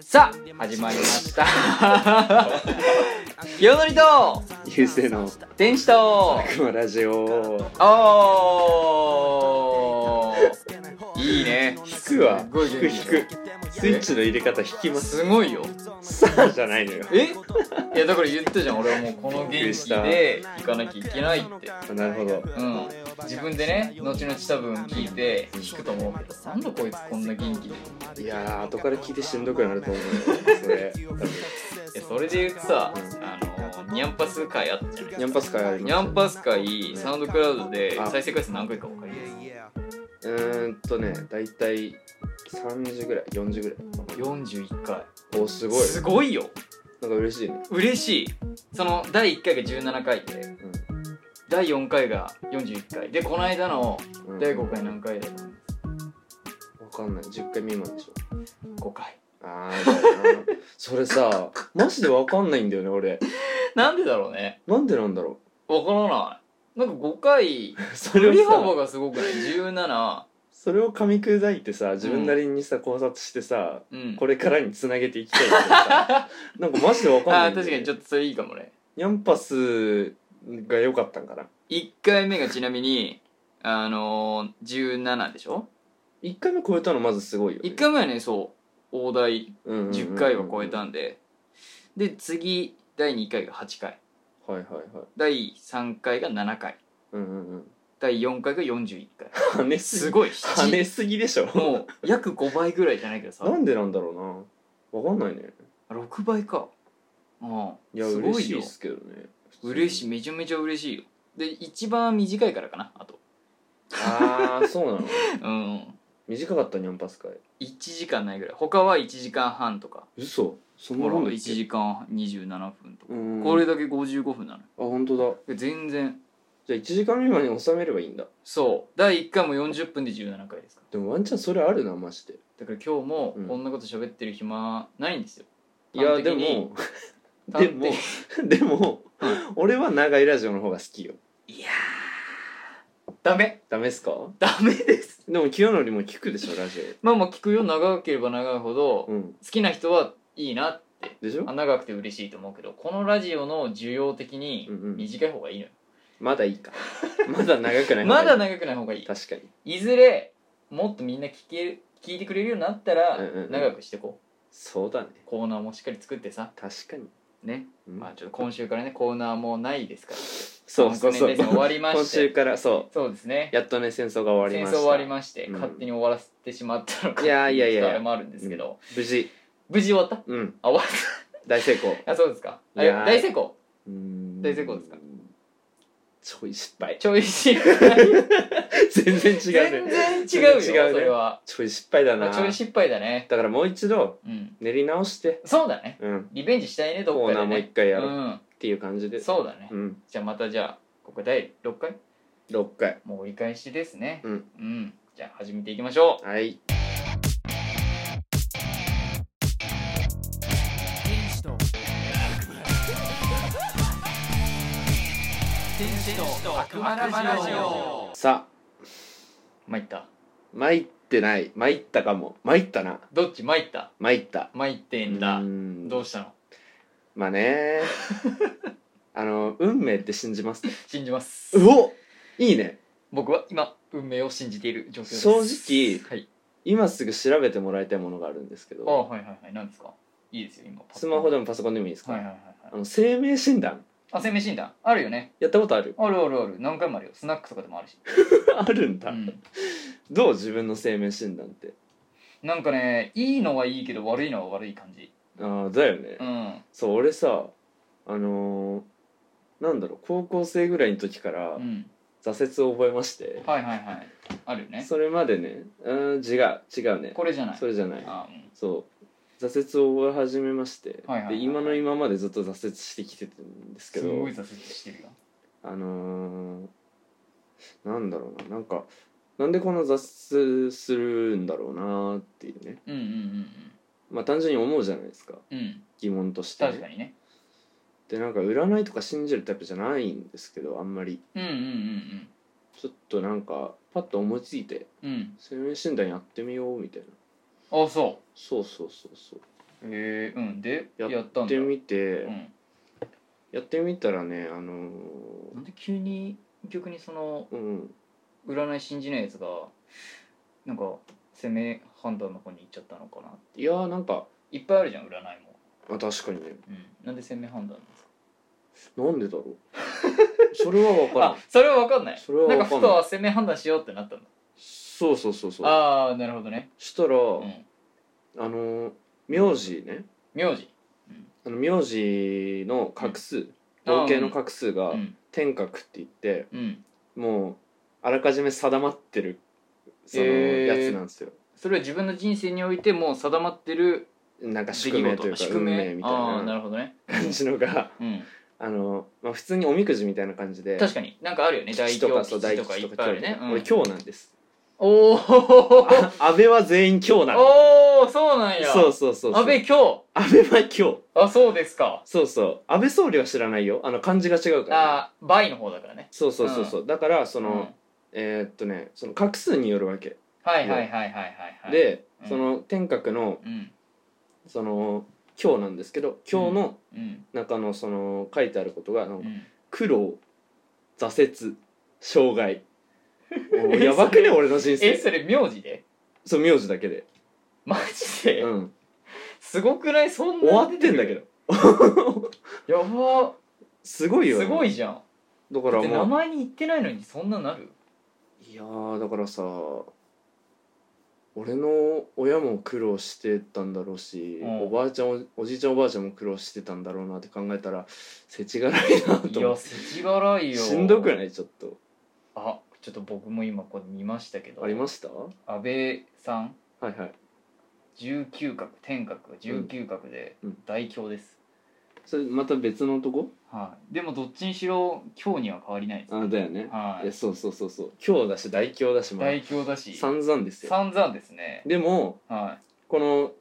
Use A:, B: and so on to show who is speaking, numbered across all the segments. A: さあ始まりました 夜のりと
B: 優勢の
A: 天使と
B: 熊ラジオ
A: おーいいね
B: 引くわ
A: すごい
B: 引く引くスイッチの入れ方引きます
A: すごいよ
B: さあじゃないのよ
A: え いやだから言ったじゃん俺はもうこの元気で行かなきゃいけないって
B: なるほど
A: うん自分でね後々多分聞いて弾くと思うけどなんだこいつこんな元気で
B: いやー後から聞いてしんどくなると思うよそ れ多分
A: えそれで言うとさあのニャンパス会あったじゃない
B: ニャンパス会あり
A: ニャ
B: ま
A: ンパス会サウンドクラウドで再生回数何回か分かります
B: すうーんとね大体30ぐらい40ぐらい
A: 41回
B: おすごい
A: すごいよ
B: なんか嬉しいね
A: 嬉しいその第1回が17回で第4回が41回でこの間の
B: うん、うん、
A: 第5回何回だったの
B: わかんない10回未満でしょ
A: ?5 回
B: あーだよなそれさマジでわかんないんだよね俺
A: なんでだろうね
B: なんでなんだろ
A: 分からないなんか5回
B: う そ
A: 振
B: れ
A: り
B: を
A: 幅
B: さ
A: がすごくない17
B: それを噛み砕いてさ自分なりにさ考察してさ、
A: うん
B: これからにつなげていきたいけ どさなんかマジでわかんない
A: あー確かにちょ
B: っ
A: っとそれいいかもね
B: とニャンパスが良かったんかな
A: 1回目がちなみにあのー、17でしょ
B: 1回目超えたのまずすごいよ、ね、
A: 1回目はねそう大台
B: うんうんうんうん
A: 10回は超えたんでで次第2回が8回
B: はいはいはい
A: 第3回が7回
B: うんうんうん
A: 第4回が41回
B: 跳ねす
A: す
B: ぎ
A: ごい
B: 跳ねすぎでしょ
A: もう約5倍ぐらいじゃないけどさ
B: なんでなんだろうなわかんないね
A: 6倍かうん
B: いや
A: すご
B: 嬉
A: い
B: しい
A: よ
B: ですけどね
A: 嬉しい
B: い
A: めちゃめちゃ嬉しいよで一番短いからかなあと
B: ああそうなの
A: うん
B: 短かったニャンパス会
A: 1時間ないぐらい他は1時間半とか
B: 嘘そん
A: ほ
B: な
A: ら
B: もんだっけ
A: 1時間27分とか
B: うん
A: これだけ55分なの
B: あ本当だ
A: よ全然
B: じゃあ1時間未満に収めればいいんだ
A: そう第1回も40分で17回ですか
B: でもワンチャンそれあるなマジで
A: らだから今日も
B: うん
A: こんなこと喋ってる暇ないんですよ
B: いや
A: 端
B: で
A: 的に
B: も
A: 端
B: で
A: 的に
B: も でも俺は長いラジオの方が好きよ
A: いやーダメ
B: ダメっすか
A: ダメです
B: でも清則も聞くでしょラジ
A: まあまあ聞くよ長ければ長いほど
B: オうん
A: 好きな人はいいなって
B: でしょ
A: あ長くて嬉しいと思うけどこのラジオの需要的に
B: うんうん
A: 短い方がいいのよ、
B: まだいいかまだ長くない
A: まだ
B: な
A: 長くない方がいい
B: 確かに
A: いずれもっとみんな聞ける聞いてくれるようになったら
B: うんうんうん
A: 長くしてこう
B: そうだね
A: コーナーもしっかり作ってさ
B: 確かに、
A: ね
B: うん
A: まあちょっと今週からねコーナーもないですから
B: そうそうそう
A: 3年終わりま
B: 今
A: し
B: 週
A: て
B: からそ
A: そうですね
B: うやっとね戦争が終わ
A: 戦
B: りま
A: 争
B: した
A: 終わりまして、
B: うん
A: 勝手に終わらせてしまったのか
B: いやいやいやいや
A: あれもあるんですけど、
B: 無事
A: 無事終わった
B: うん
A: あ終わっ
B: 大成功
A: たあそうですかあ
B: いやー
A: 大成功大
B: 大
A: 成功ですか
B: ちょい失敗
A: ちょい失敗
B: 全然違うね
A: 全然違うよ
B: 全然違うね
A: それは
B: ちょい失敗だな
A: あちょい
B: だ
A: 失敗だね
B: からもう一度
A: うん
B: 練り直して
A: そうだね
B: うん
A: リベンジしたいねど
B: コ
A: っ
B: ー
A: か
B: ナ
A: で
B: ーもう一
A: ね
B: 回
A: う
B: やろうんっていう感じで
A: そうだね、
B: うん
A: じゃあまたじゃあここ第6回
B: 6回
A: もう折り返しですね
B: うん
A: うんじゃあ始めていきましょう
B: はい
C: 天使と天使と悪魔ラジオ
B: さあ
A: 参った
B: 参ってない参ったかも参ったな
A: どっち参った
B: 参った
A: 参ってん
B: う
A: だ
B: ーん
A: どうしたの
B: まあ ねあの運命って信じます
A: 信じます
B: うおいいね
A: 僕は今運命を信じている状況です
B: 正直
A: はい
B: 今すぐ調べてもらいたいものがあるんですけ
A: あ
B: ど
A: はいはいはい何ですかいいですよ今
B: スマホ
A: で
B: でもパソコンでもいいですか、
A: はいはいはい
B: あ
A: はい
B: の生命診断
A: あ生命診断あるよね
B: やったことある
A: あるあるある何回もあるよスナックとかで もあるし、
B: あるん だ、
A: うん、
B: どう自分の生命診断って
A: なんかねいいのはいいけど悪いのは悪い感じ
B: ああだよね、
A: うん
B: そう俺さあのー、なんだろう高校生ぐらいの時から
A: うん
B: 挫折を覚えまして、
A: はいはいはいあるよね
B: それまでねうん違う違うね
A: これじゃない
B: それじゃない
A: あうん
B: そう挫折を覚え始めまして、
A: はいはいはい
B: で今の今までずっと挫折してきてるんですけ
A: す
B: ど
A: ごい挫折してるよ
B: あのー、なんだろうななんかなんでこんな挫折するんだろうなーっていうね
A: うんうん
B: まあ単純に思うじゃないですか
A: うんうんうん
B: 疑問としてね、
A: 確かにね
B: でなんか占いとか信じるタイプじゃないんですけどあんまり
A: うんうん
B: ちょっとなんかパッと思いついて
A: うんうんうん
B: 生命診断やってみようみたいな
A: あそ
B: そうそうそうそう
A: えー、うんでや
B: や
A: ったんだ
B: ってみて、
A: うん、
B: やってみたらねあのー
A: なんで急に逆にその
B: うん
A: 占い信じないやつがなんか攻め判断の方に行っちゃったのかない
B: やーなんか
A: いっぱいあるじゃん占いも、
B: あ確かにね
A: うん、なんで攻め判断なんですか
B: なんでだろう それは分からん
A: あそれは分かんない
B: それは分かんない
A: んかふとは攻め判断しようってなったんだ
B: そうそうそうそう
A: ああなるほどね
B: したら、
A: うん
B: あのー名字ね
A: 名字
B: あの名字の画数合計の画数が
A: うん
B: 天画って言って
A: うん
B: もうあらかじめ定まってるその
A: えー
B: やつなんですよ、
A: それは自分の人生においてもう定まってる
B: なんか宿命というか
A: 宿
B: 運
A: 命
B: 命みたい
A: ああな
B: な
A: るほどね、
B: 感じのが
A: うん、
B: あの、まあ、普通におみくじみたいな感じで
A: 確かになんかあるよね大
B: 吉
A: 凶
B: とか
A: 吉
B: そう
A: とか
B: 大
A: と
B: 吉
A: かいっ
B: と
A: ぱいあ
B: か
A: るね、うん、
B: 俺今日なんです
A: おー
B: あ安倍は全員今日なんで
A: おーそうなんや
B: すそうそうそうそう
A: 安倍今日
B: 安倍は今日
A: あそうですか
B: そうそう安倍総理は知らないよあの漢字が違うから、ね、
A: あー倍の方だからね
B: そうそうそうそうだからそ
A: そ
B: の、えーっとねその画数によるわけ、
A: はいはいはいはいはいはい、
B: で、
A: うん
B: その天閣の
A: うん
B: その今日なんですけど今日の
A: うん
B: 中のその書いてあることがなん
A: う
B: か
A: ん
B: 苦労挫折 障害もうやばくね俺の人
A: え
B: 生
A: それ名字で
B: そう名字だけで、
A: マジで、
B: うん、
A: すごくないそんな
B: 終わってんだけど
A: どやば
B: すごいよ、ね、
A: すごいじゃん
B: だか
A: だっ
B: ら
A: て名
B: も
A: 前に言ってないのにそんななる
B: ういやーだからさ俺の親も苦労してたんだろうし、
A: うん
B: おばあちゃんおおじいちゃんおばあちゃんも苦労してたんだろうなって考えたら世知辛いなと思って
A: いや世知辛いよ
B: しんどく
A: い
B: ないちょっと
A: あちょっと僕も今これ見ましたけど
B: ありましたは
A: 安倍さん
B: いはい
A: 19角天角19角で
B: うん
A: 大凶です、
B: それまた別のとこ
A: はい、でもどっちにしろ今日には変わりないです
B: あだよね
A: はい
B: や
A: い
B: そうそうそうそう今日だし大凶だしまあ
A: 大凶だし
B: 散々ですよ
A: 散々ですね
B: でも
A: は
B: この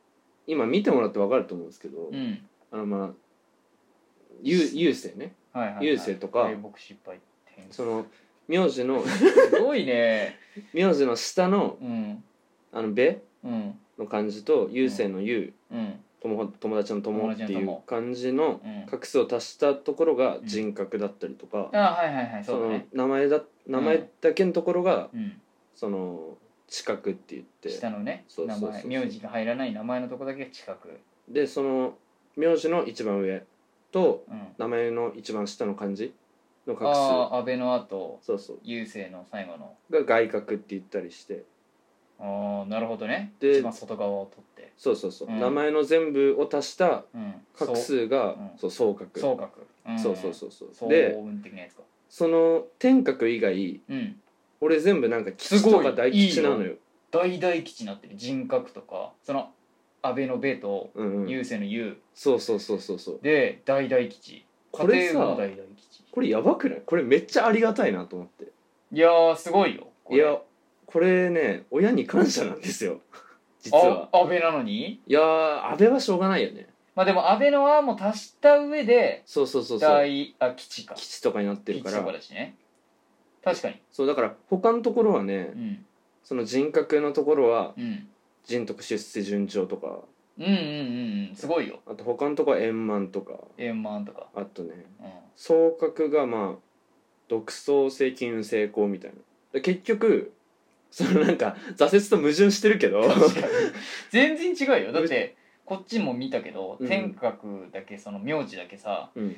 B: 今見てもらって分かると思うんですけど
A: い、うん
B: あのまあゆ郵政ね
A: はいはいはい、
B: 郵政とか
A: 敗北失敗転
B: その名字の
A: すごいね
B: 名字の下の
A: うん
B: あの「べ
A: うん」
B: の漢字と郵政の「ゆ
A: うん」
B: 友友達の「友」って
A: 友達
B: い
A: の
B: う
A: 友
B: 漢字の
A: うん
B: 画数を足したところが人格だったりとか、
A: あはいはいはい
B: そ
A: そうだ
B: の
A: ね
B: 名前だ名前だけのところが
A: うん
B: その近くって言って
A: 下のね
B: そうそ
A: 名
B: うそう
A: 前名字が入らない名前のとこだけ近く
B: でその名字の一番上と
A: うん
B: 名前の一番下の漢字の画
A: ああ安倍の後
B: 数そうそう
A: 郵政の最後の
B: が外角って言ったりして
A: ああなるほどね
B: で
A: 一番外側を取って
B: そうそうそう、
A: うん
B: 名前の全部を足した
A: うん
B: 画数が
A: うん
B: そう総角
A: 総角ん
B: そうそうそうそう
A: 総
B: で
A: 運的なやつか
B: その天角以外
A: うん
B: 俺全部なんか吉
A: すごい
B: とか大吉なのよ
A: 大大吉になってる人格とかその安倍の米と
B: うんうん
A: 郵政の優
B: そうそうそうそうそう
A: で大大吉家
B: これ
A: 庭
B: さ
A: の大大吉
B: これやばくないこれめっちゃありがたいなと思って
A: いやーすごいよこ
B: い
A: れ
B: やこれね親に感謝なんですよ 実は
A: あ安倍なのに
B: いやー安倍はしょうがないよね
A: まあでも安倍の「あ」も足した上で
B: そうそうそうそう
A: 大あ吉か
B: 基地とかになってる
A: 吉
B: か
A: と
B: ら
A: かだしね確かに
B: そうだから他のところはね、
A: うん
B: その人格のところは
A: うん
B: 人徳出世順調とか
A: うんうんうんうんすごいよ
B: あと他のところは円満とか
A: 円満とか
B: あとね
A: うん
B: 総格がまあ独創性金運成功みたいなで結局そのなんか挫折と矛盾してるけど
A: 確かに全然違うよだってこっちも見たけど、
B: うん
A: 天閣だけその名字だけさ
B: うん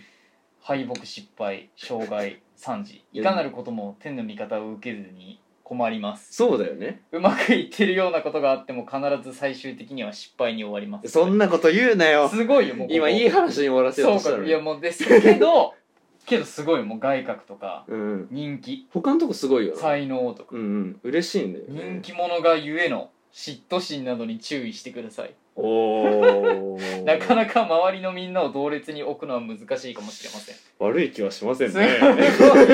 A: 敗北失敗障害惨事いかなることも天の味方を受けずに困ります
B: そうだよね
A: うまくいってるようなことがあっても必ず最終的には失敗に終わります
B: そんなこと言うなよ
A: すごいよもうここ
B: 今いい話に終わらせよう
A: そう
B: としたの
A: かい
B: に
A: やもうですけど けどすごいもう外角とか
B: うん
A: 人気
B: 他のとこすごいよな
A: 才能とか
B: うんうん嬉しいんだよ
A: 人
B: ね
A: 気者がゆえの嫉妬心などに注意してください
B: おお
A: なかなか周りのみんなを同列に置くのは難しいかもしれません。
B: 悪い気はしません
A: す
B: ね
A: ごい。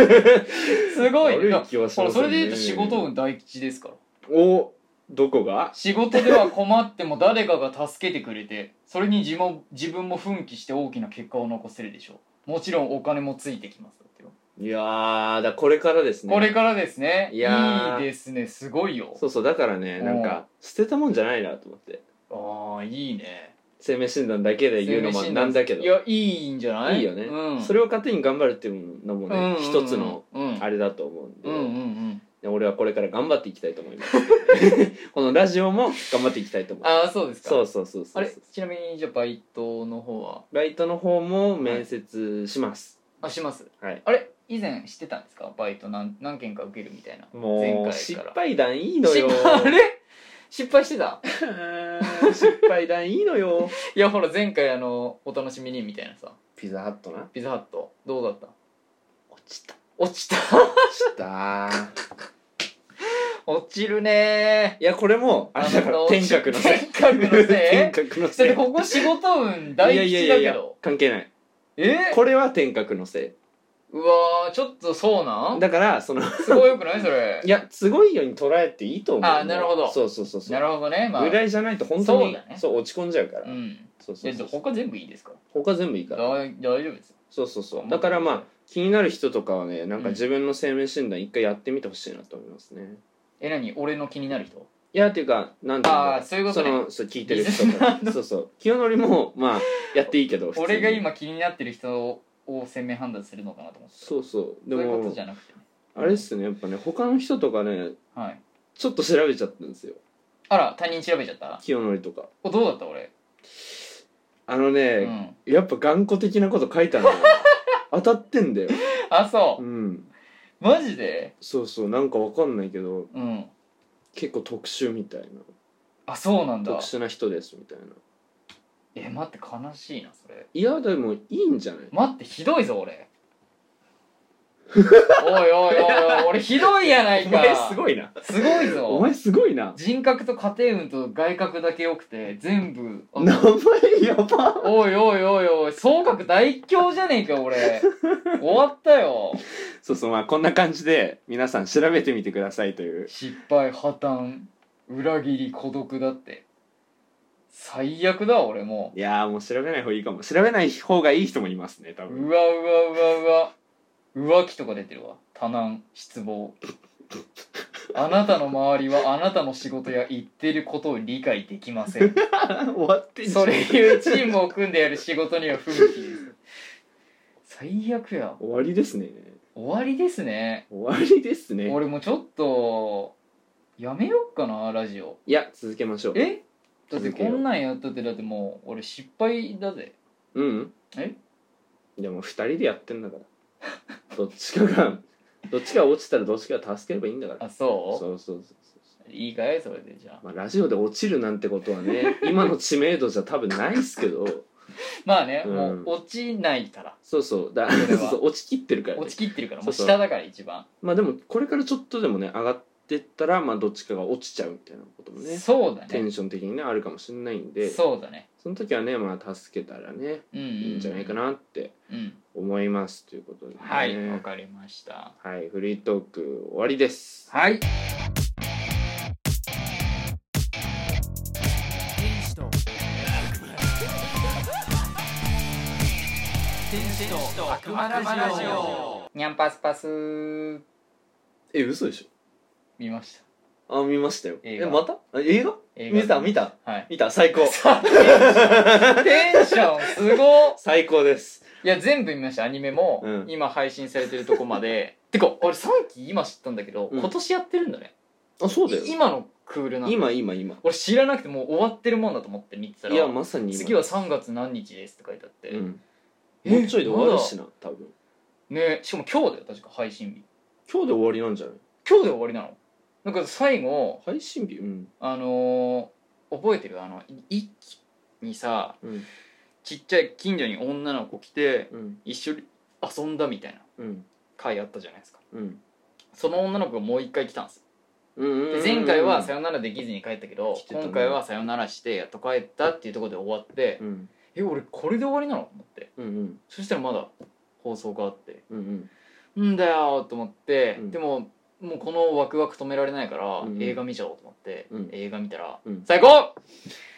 A: すごい。
B: 悪
A: ない
B: 気はし
A: ほ
B: ません
A: らそれ
B: ね
A: で言うと仕事運大吉ですから。
B: おどこが
A: 仕事では困っても誰かが助けてくれて、それに自分自分も奮起して大きな結果を残せるでしょう。もちろんお金もついてきますだってよ。
B: いやーだこれからですね
A: これからですね。
B: いやー
A: いいですね。すごいよ
B: そ。うそうだからねなんか捨てたもんじゃないなと思って
A: ああいいね。
B: 生命診断だけで言うのもなんだけど
A: いやいいんじゃない
B: いいよね、
A: うん、
B: それを糧に頑張るっていうのもね、
A: うんうんうん
B: 一つの
A: うん
B: あれだと思うんで、
A: うんうんうん
B: で俺はこれから頑張っていきたいと 思いますこのラジオも頑張っていきたいと思います
A: ああそうですか
B: そうそうそうそう
A: あれちなみにじゃあバイトの方は
B: バイトの方も面接します、
A: あします
B: はい
A: あれ以前してたんですかバイト何何件か受けるみたいな前
B: も
A: 回から
B: う失敗談い いのよ
A: 失敗あれ失敗してた
B: 失敗談いいのよ
A: いやほら前回あのお楽しみにみたいなさ
B: ピザハットな
A: ピザハットどうだった
B: 落ちた
A: 落ちた
B: 落ちた
A: 落ちるね
B: いやこれもあれだから天閣のせい
A: 天閣のせい
B: 天閣の
A: そ
B: せい
A: れここ仕事運大吉だけど
B: 関係ない
A: え
B: これは天閣のせ
A: うわーちょっとそうなん
B: いだからその
A: すごいよくないそれ
B: いやすごいように捉えていいと思う
A: あなるほど
B: そうそうそうそう
A: なるほどねまあ
B: ぐらいじゃないと本当に
A: そうだね
B: そう落ち込んじゃうから
A: うん
B: そうそう
A: え
B: そう
A: 他全部いいですか
B: 他全部いいから
A: 大大丈夫です
B: そうそうそうだからまあ気になる人とかはねなんか自分の生命診断一回やってみてほしいなと思いますね、
A: え何俺の気になる人
B: いやっていうかなんていうんだろ
A: あーそういうことね
B: そのそう聞いてる人と かそうそう清則もまあやっていいけど普通に
A: 俺が今気になってる人を鮮明判断するのかなと思って
B: そうそうで
A: そういうこ
B: も
A: とじゃなくてね
B: あれっすねやっぱね他の人とかね
A: はい
B: ちょっと調べちゃったんですよ
A: あら他人調べちゃった
B: 清則とか
A: おどうだった俺
B: あの
A: う
B: ね、
A: ん
B: やっぱ頑固的なこと書いたんだよ 当たってんだよ
A: あそううんマジで
B: そうそうなんかわかんないけど
A: うん
B: 結構特殊みたいな
A: あそうなんだ
B: 特殊な人ですみたいな
A: え待って悲しいなそれ
B: いやでもいいんじゃない
A: 待ってひどいぞ 俺おいおいおいおい俺ひどいやない
B: お
A: か
B: 前すごいな
A: すごい
B: お
A: ぞ
B: 前すごいな
A: 人格と家庭運と外角だけ良くて全部あ
B: 名前やば
A: おいおいおいおい総角大凶じゃねえかよ俺終わったよ
B: そうそうまあこんな感じで皆さん調べてみてくださいという
A: 失敗破綻裏切り孤独だって最悪だ俺も
B: いやーもう調べない方がいいかも調べない方がいい人もいますね多
A: う
B: 分
A: うわうわうわうわ浮気とか出てるわ多難失望あなたの周りはあなたの仕事や言ってることを理解できま せん
B: 終わってんじゃん
A: それいうチームを組んでやる仕事には不向きです最悪や
B: 終わりですね
A: 終わりですね
B: 終わりですね
A: 俺もちょっとやめよっかなラジオ
B: いや続けましょう
A: えだっ
B: 続
A: て
B: け
A: こ
B: ようん
A: なんやったってだってもう俺失敗だぜ
B: うん
A: え
B: でも2人でやってんだから どっちかがどっちか落ちたらどっちかが助ければいいんだから
A: あそう
B: そうそうそうそう
A: いいかいそれでじゃあ
B: まあ、ラジオで落ちるなんてことはね 今の知名度じゃ多分ないっすけど
A: まあね、
B: うん
A: もう落ちないから
B: そうそうだ
A: それは
B: そうそう落ちきってるから、ね
A: 落、ちきってるからも
B: そう
A: う
B: そう
A: 下だから一番
B: まあでもこれからちょっとでもね上がってったらまあどっちかが落ちちゃうみたいなこともね
A: そうだ
B: テ
A: ね
B: ンション的にねあるかもしれないんでそ
A: そうだね
B: の時はねまあ助けたらね
A: うんうん、
B: いいんじゃないかなって
A: うん
B: 思いますということで、ね、
A: はいわかりました
B: はいフリートーク終わりです
A: はい
C: 天使と天使と悪魔ラジオ
A: にゃんぱすぱす
B: え嘘でし
A: 見ました
B: ょあ見ましたよ
A: 映画
B: えまたあ映画
A: 映
B: 見た見た
A: はい
B: 見た最高
A: さテンションすごっ
B: 最高です
A: いや全部見ましたアニメも、
B: うん
A: 今配信されてるとこまで てか俺3期今知ったんだけど、
B: うん
A: 今年やってるんだね
B: あそうだよ
A: 今のクールなの
B: 今今今
A: 俺知らなくてもう終わってるもんだと思って見てたら
B: いやまさに今
A: 次は3月何日ですって書いてあって、
B: うん
A: え
B: もうちょいで終わるしな多分
A: ねしかも今日だよ確か配信日
B: 今日で終わりなんじゃない
A: 今日で終わりなのなんか最後
B: 配信日うん
A: あのー覚えてるあの一期にさ
B: うん
A: ちっちゃい近所に女の子来て
B: うん
A: 一緒に遊んだみたいな
B: うん
A: 回あったじゃないですか
B: うん
A: その女の子がもう一回来たんですよ
B: うん
A: で
B: うん
A: 前回はさよならできずに帰ったけど、
B: 来てたね
A: 今回はさよならしてやっと帰ったっていうところで終わって、
B: うん
A: え俺これで終わりなのと思って
B: うんうん
A: そしたらまだ放送があって
B: うんうん
A: んだよと思って、
B: うん
A: でももうこのワクワク止められないから、
B: うん
A: 映画見ちゃおうと思って、
B: うん
A: 映画見たら、
B: うん
A: 最高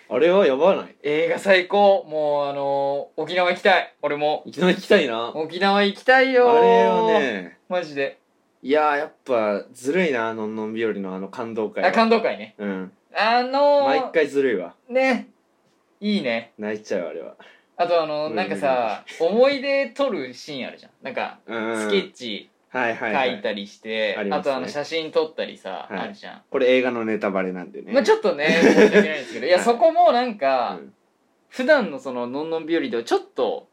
B: あれはやばない
A: 映画最高もうあのー沖縄行きたい俺も
B: いきなり来たいなあ
A: 沖縄行きたいよー
B: れはね
A: マジで
B: いやーやっぱずるいなのんのんびよりのあの感動会は
A: あ感動会ね
B: うん
A: あのー、
B: 毎回ずるいわ
A: ねいいね
B: 泣いちゃうあれは
A: あとあの
B: うん
A: なんかさ思い出撮るシーンあるじゃんなんか
B: うん
A: スケッチ
B: はいはい、は
A: 書い
B: い、
A: たりして、
B: あり
A: あ
B: ますね
A: とあの写真撮ったりさ、
B: はい
A: あるじゃん、
B: これ映画のネタバレなんでね
A: まあちょっとね申し訳ないんですけどいや
B: はい
A: そこもなんか、
B: うん
A: 普段のその「のんのん日和」とはちょっと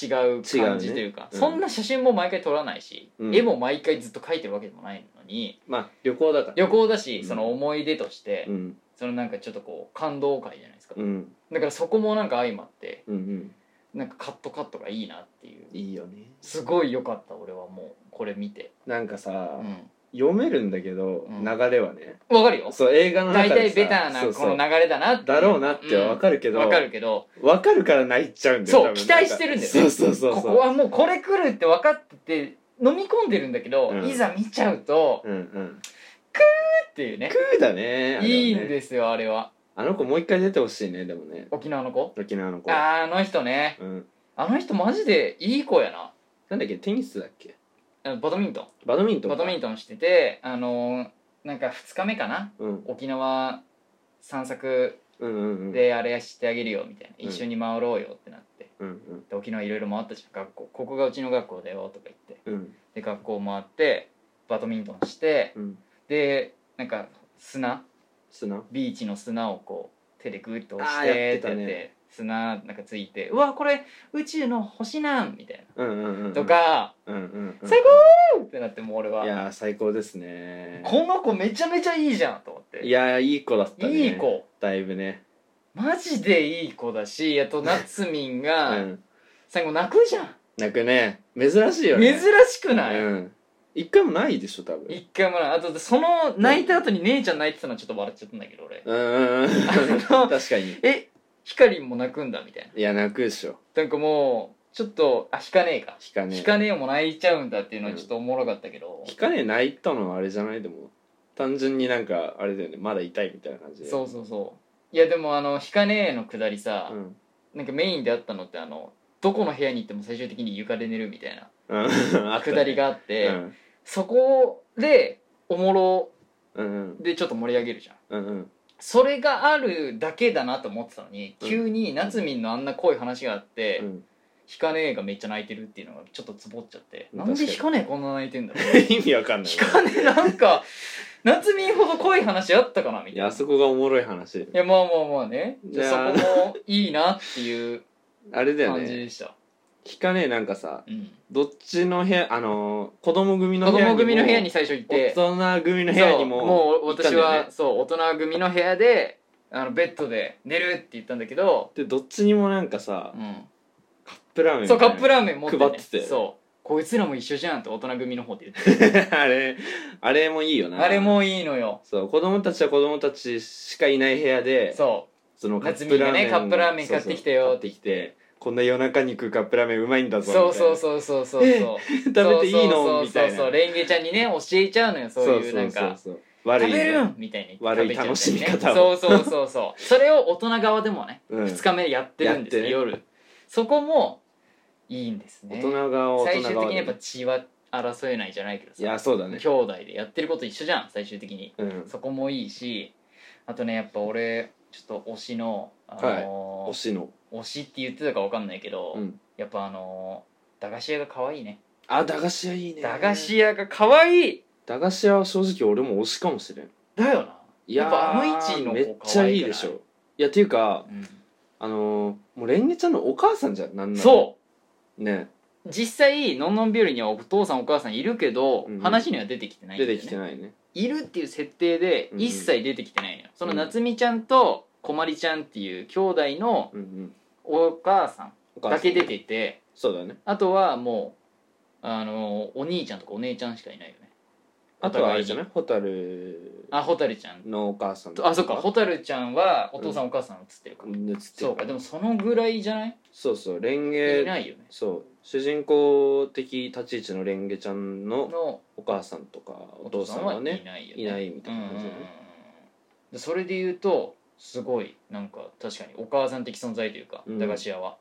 A: 違う感じというか
B: 違うねうん
A: そんな写真も毎回撮らないし、
B: うん
A: 絵も毎回ずっと描いてるわけでもないのに
B: まあ旅行だから
A: 旅行だし、
B: うん
A: その思い出として、
B: うん
A: そのなんかちょっとこう感動会じゃないですか、
B: うん
A: だからそこもなんか相まって
B: うんうん
A: なんかカットカットがいいなっていう
B: いいよね
A: すごい良かった俺はもうこれ見て
B: なんかさ、
A: うん
B: 読めるんだけど、
A: うん
B: 流れはね
A: わかるよ
B: そう映画の
A: 大
B: 中で
A: 体
B: さ
A: ベタな
B: そう
A: こ
B: そ
A: の
B: う
A: 流れだなって
B: だろうなってわかるけど、
A: わかるけど
B: わかるから泣いちゃうんだよ
A: そう
B: 多分
A: 期待してるんだよね
B: そうそうそうそう
A: ここはもうこれ来るって分かってて飲み込んでるんだけど、
B: うん
A: いざ見ちゃうと
B: うんうん
A: っていうね
B: クーだねあれはね
A: いいんですよあれは
B: あの子もう一回出てほしいねでもね
A: 沖縄の子
B: 沖縄の子
A: あーあの人ね
B: うん、
A: あの人マジでいい子やな
B: なんだっけテニスだっけ
A: あのバドミント
B: バドミント
A: ン
B: ン
A: バドミン
B: ト
A: トンしててあのーなんか2日目かな
B: ン、うん、
A: 沖縄散策
B: うんうんうん
A: であれしてあげるよみたいな、
B: うん
A: 一緒に回ろうよってなって
B: うんうん
A: で沖縄いろいろ回ったじゃん学校ここがうちの学校だよとか言って
B: うん
A: で学校回ってバドミントンして
B: うん
A: でなんか砂
B: 砂
A: ビーチの砂をこう手でグッと押し
B: あ
A: て
B: ーやって
A: って
B: た
A: や
B: ね
A: って砂なんかついて「うわこれ宇宙の星なん」みたい
B: うんうんうんう
A: なんとか
B: うんうん
A: 最「うーってなってもう俺
B: い
A: は
B: やー最高ですね
A: この子めちゃめちゃいいじゃんと思って
B: いやーいい子だったね
A: いい子
B: だいぶね
A: マジでいい子だしあとなつみん
B: う
A: が
B: ん
A: 最後泣くじゃん
B: 泣くね珍しいよね
A: 珍しくな
B: う
A: い
B: ん一回もないでしょ多分
A: 一回もないあとその泣いた後に姉ちゃん泣いてたのはちょっと笑っちゃったんだけど俺
B: うんうん
A: あ
B: うん
A: の
B: 確かに
A: えひかりんも泣くんだみたいない
B: や泣くでしょ
A: なんかもうちょっとあ引かねえか
B: ひかね
A: 引かねえも泣いちゃうんだっていうのはちょっとおもろかったけど、
B: ひかね泣いたのはあれじゃないでも単純になんかあれだよねまだ痛いみたいな感じで
A: そうそうそういやでもあのひかねえのくだりさ、
B: うん
A: なんかメインであったのってあのどこの部屋に行っても最終的に床で寝るみたいな
B: うんあったね
A: くだりがあって、
B: うん
A: そこでおもろ
B: うんうん
A: でちょっと盛り上げるじゃん
B: うんうん
A: それがあるだけだなと思ってたのに、
B: うん
A: 急になつみんのあんな濃い話があって、
B: うん
A: ひかねえがめっちゃ泣いてるっていうのがちょっとつぼっちゃって、
B: うん
A: なんでひ
B: 確
A: かねえこんな泣いてんだろう
B: 意味わかんない
A: ひかねなんか夏みんほど濃い話あったかなみたい
B: い
A: な
B: やあそこがおもろい話
A: いやまあまあまあね
B: いや
A: そこもいいなっていう
B: あれだよ
A: 感じ
B: ね
A: でした、
B: ひかねなんかさ
A: うん、
B: どっちの部屋あのー子供組の
A: 子
B: 部屋にも
A: 供組の部屋に最初行って
B: 大人組の部屋に
A: そ
B: も
A: うもう
B: 行った
A: 私
B: んだよね
A: は、そう大人組の部屋であのベッドで寝るって言ったんだけど、
B: でどっちにもなんかさ
A: うん、
B: カップラーメンみた
A: そう
B: いな
A: カップラーメン持って、ね、
B: 配ってたよね
A: そうこいつらも一緒じゃんって大人組の方で言って
B: あれあれもいいよな
A: あれもいいのよ
B: そう子供たちは子供たちしかいない部屋で
A: そ
B: そのカ
A: 夏
B: ッ
A: 美
B: プ
A: が
B: ラーメン
A: ねカップラーメン買ってきたよ
B: そうそう買ってきてこんな夜中に食うカップラーメンうまいんだ
A: う
B: ぞ
A: そうそう
B: み
A: そうそうそうそう
B: たいな食べていい
A: そ
B: の
A: う
B: みたいな
A: そうそうそうレンゲちゃんにね教えちゃうのよそういうなんか
B: そうそう悪い
A: 食べる
B: ね
A: んみたいに
B: 悪い楽しみ方
A: を
B: を
A: そうそうそうそうそれを大人側でもね
B: うん
A: 2日目やってるんですよ、
B: やってね
A: 夜そこもいいんですね
B: 大人側は
A: 最
B: 大人
A: 終
B: 側
A: 的にやっぱ
B: で
A: 血は争えないじゃないけど
B: いや
A: さ、
B: そうだね
A: 兄弟でやってること一緒じゃん最終的に
B: うん
A: そこもいいしあとねやっぱ俺ちょっと推しの、あのー
B: 推しの
A: 推しって言ってたかわかんないけど、
B: うん
A: やっぱあのー駄菓子屋が可愛いね
B: あ駄菓子屋いいね
A: 駄菓子屋が可愛い
B: 駄菓子屋は正直俺も推しかもしれん
A: だよない
B: や
A: や
B: ー
A: っぱあの位置の子
B: めっちゃいいでし
A: 可愛
B: ょいやっていうか
A: うん
B: あのーもうレンゲちゃんのお母さんじゃんなんなら
A: そう
B: ね
A: 実際のんのんびよりにはお父さんお母さんいるけど、
B: うん
A: 話には出てきてないんだ
B: 出
A: よね
B: てきてないね
A: いるっていう設定で
B: うんうん
A: 一切出てきてないのよ、その夏美ちゃんとこまりちゃんっていう兄弟の
B: うんうん
A: お母さん
B: お母さ
A: だ
B: ん
A: け出てて
B: そうだね
A: あとはもうあのお兄ちゃんとかお姉ちゃんしかいないよね
B: あとはあれ
A: お互いに
B: じゃない蛍
A: あ蛍ちゃん
B: のお母さん
A: とあそっか蛍ちゃんはお父さんお母さん映ってるか、
B: うん映って
A: そ
B: る
A: う
B: か
A: からでもそのぐらいじゃない、
B: そうそうレン
A: いな
B: ゲ
A: いよね
B: そう主人公的立ち位置のレンゲちゃんの
A: の
B: お母さんとか
A: お
B: お
A: 父
B: 父
A: さ
B: さ
A: ん
B: ん
A: は
B: はいね
A: ないよね
B: いないみたいな
A: うん
B: 感
A: うん
B: じ
A: うん
B: で
A: うんでそれで言うとすごいなんか確かにお母さん的存在というか、
B: うん
A: 駄菓子屋は、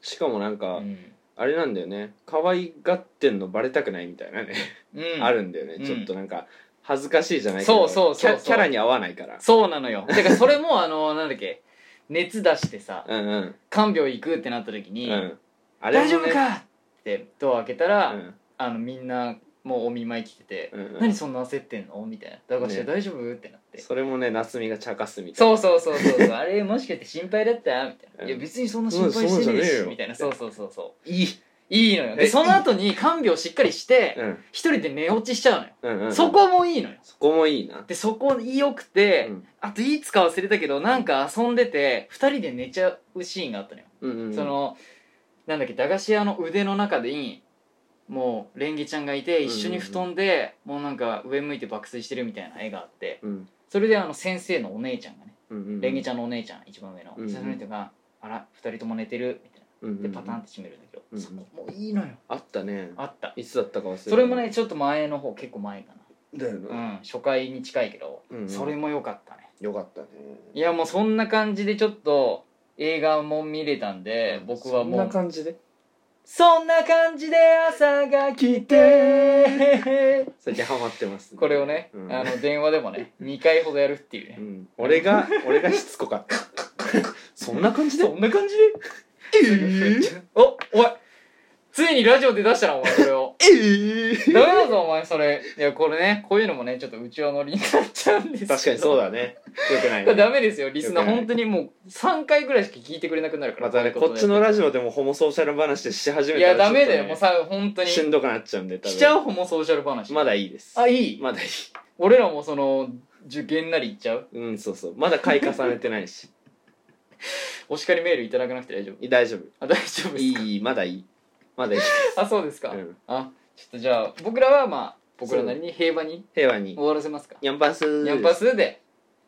B: しかもなん
A: う
B: か、
A: ん
B: あれなんだよね可愛がってんのバレたくないみたいなね、
A: うん
B: あるんだよね、
A: うん
B: ちょっとなんか恥ずかしいじゃないけど
A: そうそうそうそう
B: キャキャラに合わないから
A: そうなのよだからそれもあのなんだっけ熱出してさ
B: うんうん
A: 看病行くってなった時
B: う
A: に「
B: んあれも
A: 大
B: ね
A: 丈夫か!」ってドア開けたら、
B: うん
A: あのみんなもうお見舞い来てて「
B: うんうん
A: 何そんな焦ってんの?」みたいな「駄菓子屋
B: ね
A: 大丈夫?」ってなって。
B: それもね夏美が茶化すみたい
A: そうそうそうそう そうあれもしかして心配だったみたいな「
B: うん
A: いや別にそんな心配してねえ
B: う
A: し」
B: ん
A: みたいな
B: そ
A: そううそうそうそういいいいのよ
B: え
A: でその後に看病しっかりして
B: なうん
A: 一人で寝落ちしちゃうのよ
B: うんうん
A: そこもいいのよ
B: そこもいいな
A: でそこ良くて、
B: うん
A: あといつか忘れたけどなんか遊んでて二人で寝ちゃうシーンがあったのよ、
B: うんうん
A: そのなんだっけ駄菓子屋の腕の中にもうレンゲちゃんがいて一緒に布団で、もうなんか上向いて爆睡してるみたいな絵があって
B: うん
A: それであの先生のお姉ちゃんがね、
B: うんうん
A: レンゲちゃんのお姉ちゃん一番上の、
B: うんうん
A: その人が「あら二人とも寝てる」みたい
B: うんうん
A: なでパタンって閉めるんだけど、
B: うんうん
A: そこもういいのよ
B: あったね
A: あった
B: いつだったか忘れた
A: それもねちょっと前の方結構前か
B: だよ
A: な、う、
B: なん
A: 初回に近いけど、
B: うんうん
A: それも良かったね
B: よかったね
A: いやもうそんな感じでちょっと映画も見れたんで僕はもう
B: そんな感じで
A: そんな感じで朝が来て
B: 最近ハマってます
A: これをね、
B: うん
A: あの電話でもね2回ほどやるっていうね
B: う、ん俺が 俺がしつこかった そんな感じで
A: そんな感じで、 おおいついにラジオで出したなお前それを
B: ええ
A: ダメだぞお前それいやこれねこういうのもねちょっとうちわ乗りになっちゃうんですけど
B: 確かにそうだねよくない
A: これ
B: ね
A: ダメですよリスナー本当にもう3回ぐらいしか聞いてくれなくなるから
B: またね
A: ういう
B: こっちのラジオでもホモソーシャル話でし始
A: オ
B: め
A: い
B: たら
A: やダメだ
B: ちょ
A: よ
B: っとね
A: もうさ本当に
B: しんどくなっちゃうんで多分
A: しちゃうホモソーシャル話、
B: まだいいです
A: あいい、
B: まだいい
A: 俺らもその受験なり行っちゃう
B: うんそうそうまだ買い重ねてないし
A: お叱りメールいただかなくて大丈夫
B: 大丈夫
A: あ大丈夫ですか
B: いいまだいいまだいい
A: あそうですか、
B: うん
A: あちょっとじゃあ僕らはまあ僕らなりに平和に
B: 平和に
A: 終わらせますか
B: ヤンパス
A: ニャンパスで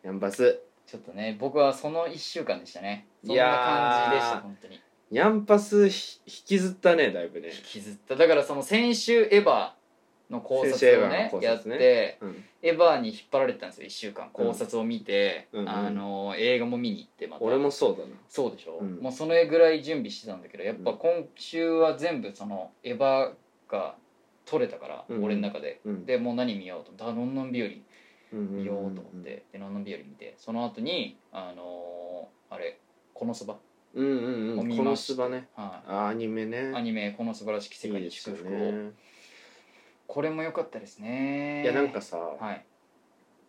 B: ヤンパス
A: ちょっとね僕はその1週間でしたねそん
B: い
A: な
B: やー
A: 感じでした本当に
B: ヤンパスひ引きずったねだいぶね
A: 引きずっただからその先週エヴァの考
B: 先週エ
A: 察を
B: ヴァの
A: ね
B: 考察ね
A: やって
B: うん
A: エヴァに引っ張られてたんですよ1週間考察を見て、
B: うんうんうん
A: あの映画も見に行ってまた
B: 俺もそうだな
A: そうでしょ、
B: うん
A: もうそれぐらい準備してたんだけどやっぱ今週は全部そのエヴァが取れたから、
B: うん
A: 俺の中で
B: うん
A: でもう何見ようと思ってあのんのん日和見
B: 見
A: ようと思って、でのんのん日和見てその後にあのーあれ「このそば
B: うんうんう
A: を
B: ん
A: 見
B: この
A: まし
B: す
A: た
B: ばね
A: は
B: あアニメね
A: い、アニメ「この素晴らしき世界
B: いい
A: に
B: です
A: 祝
B: よ
A: 福を」
B: ね
A: これも良かったですね
B: いやなんかさ
A: はい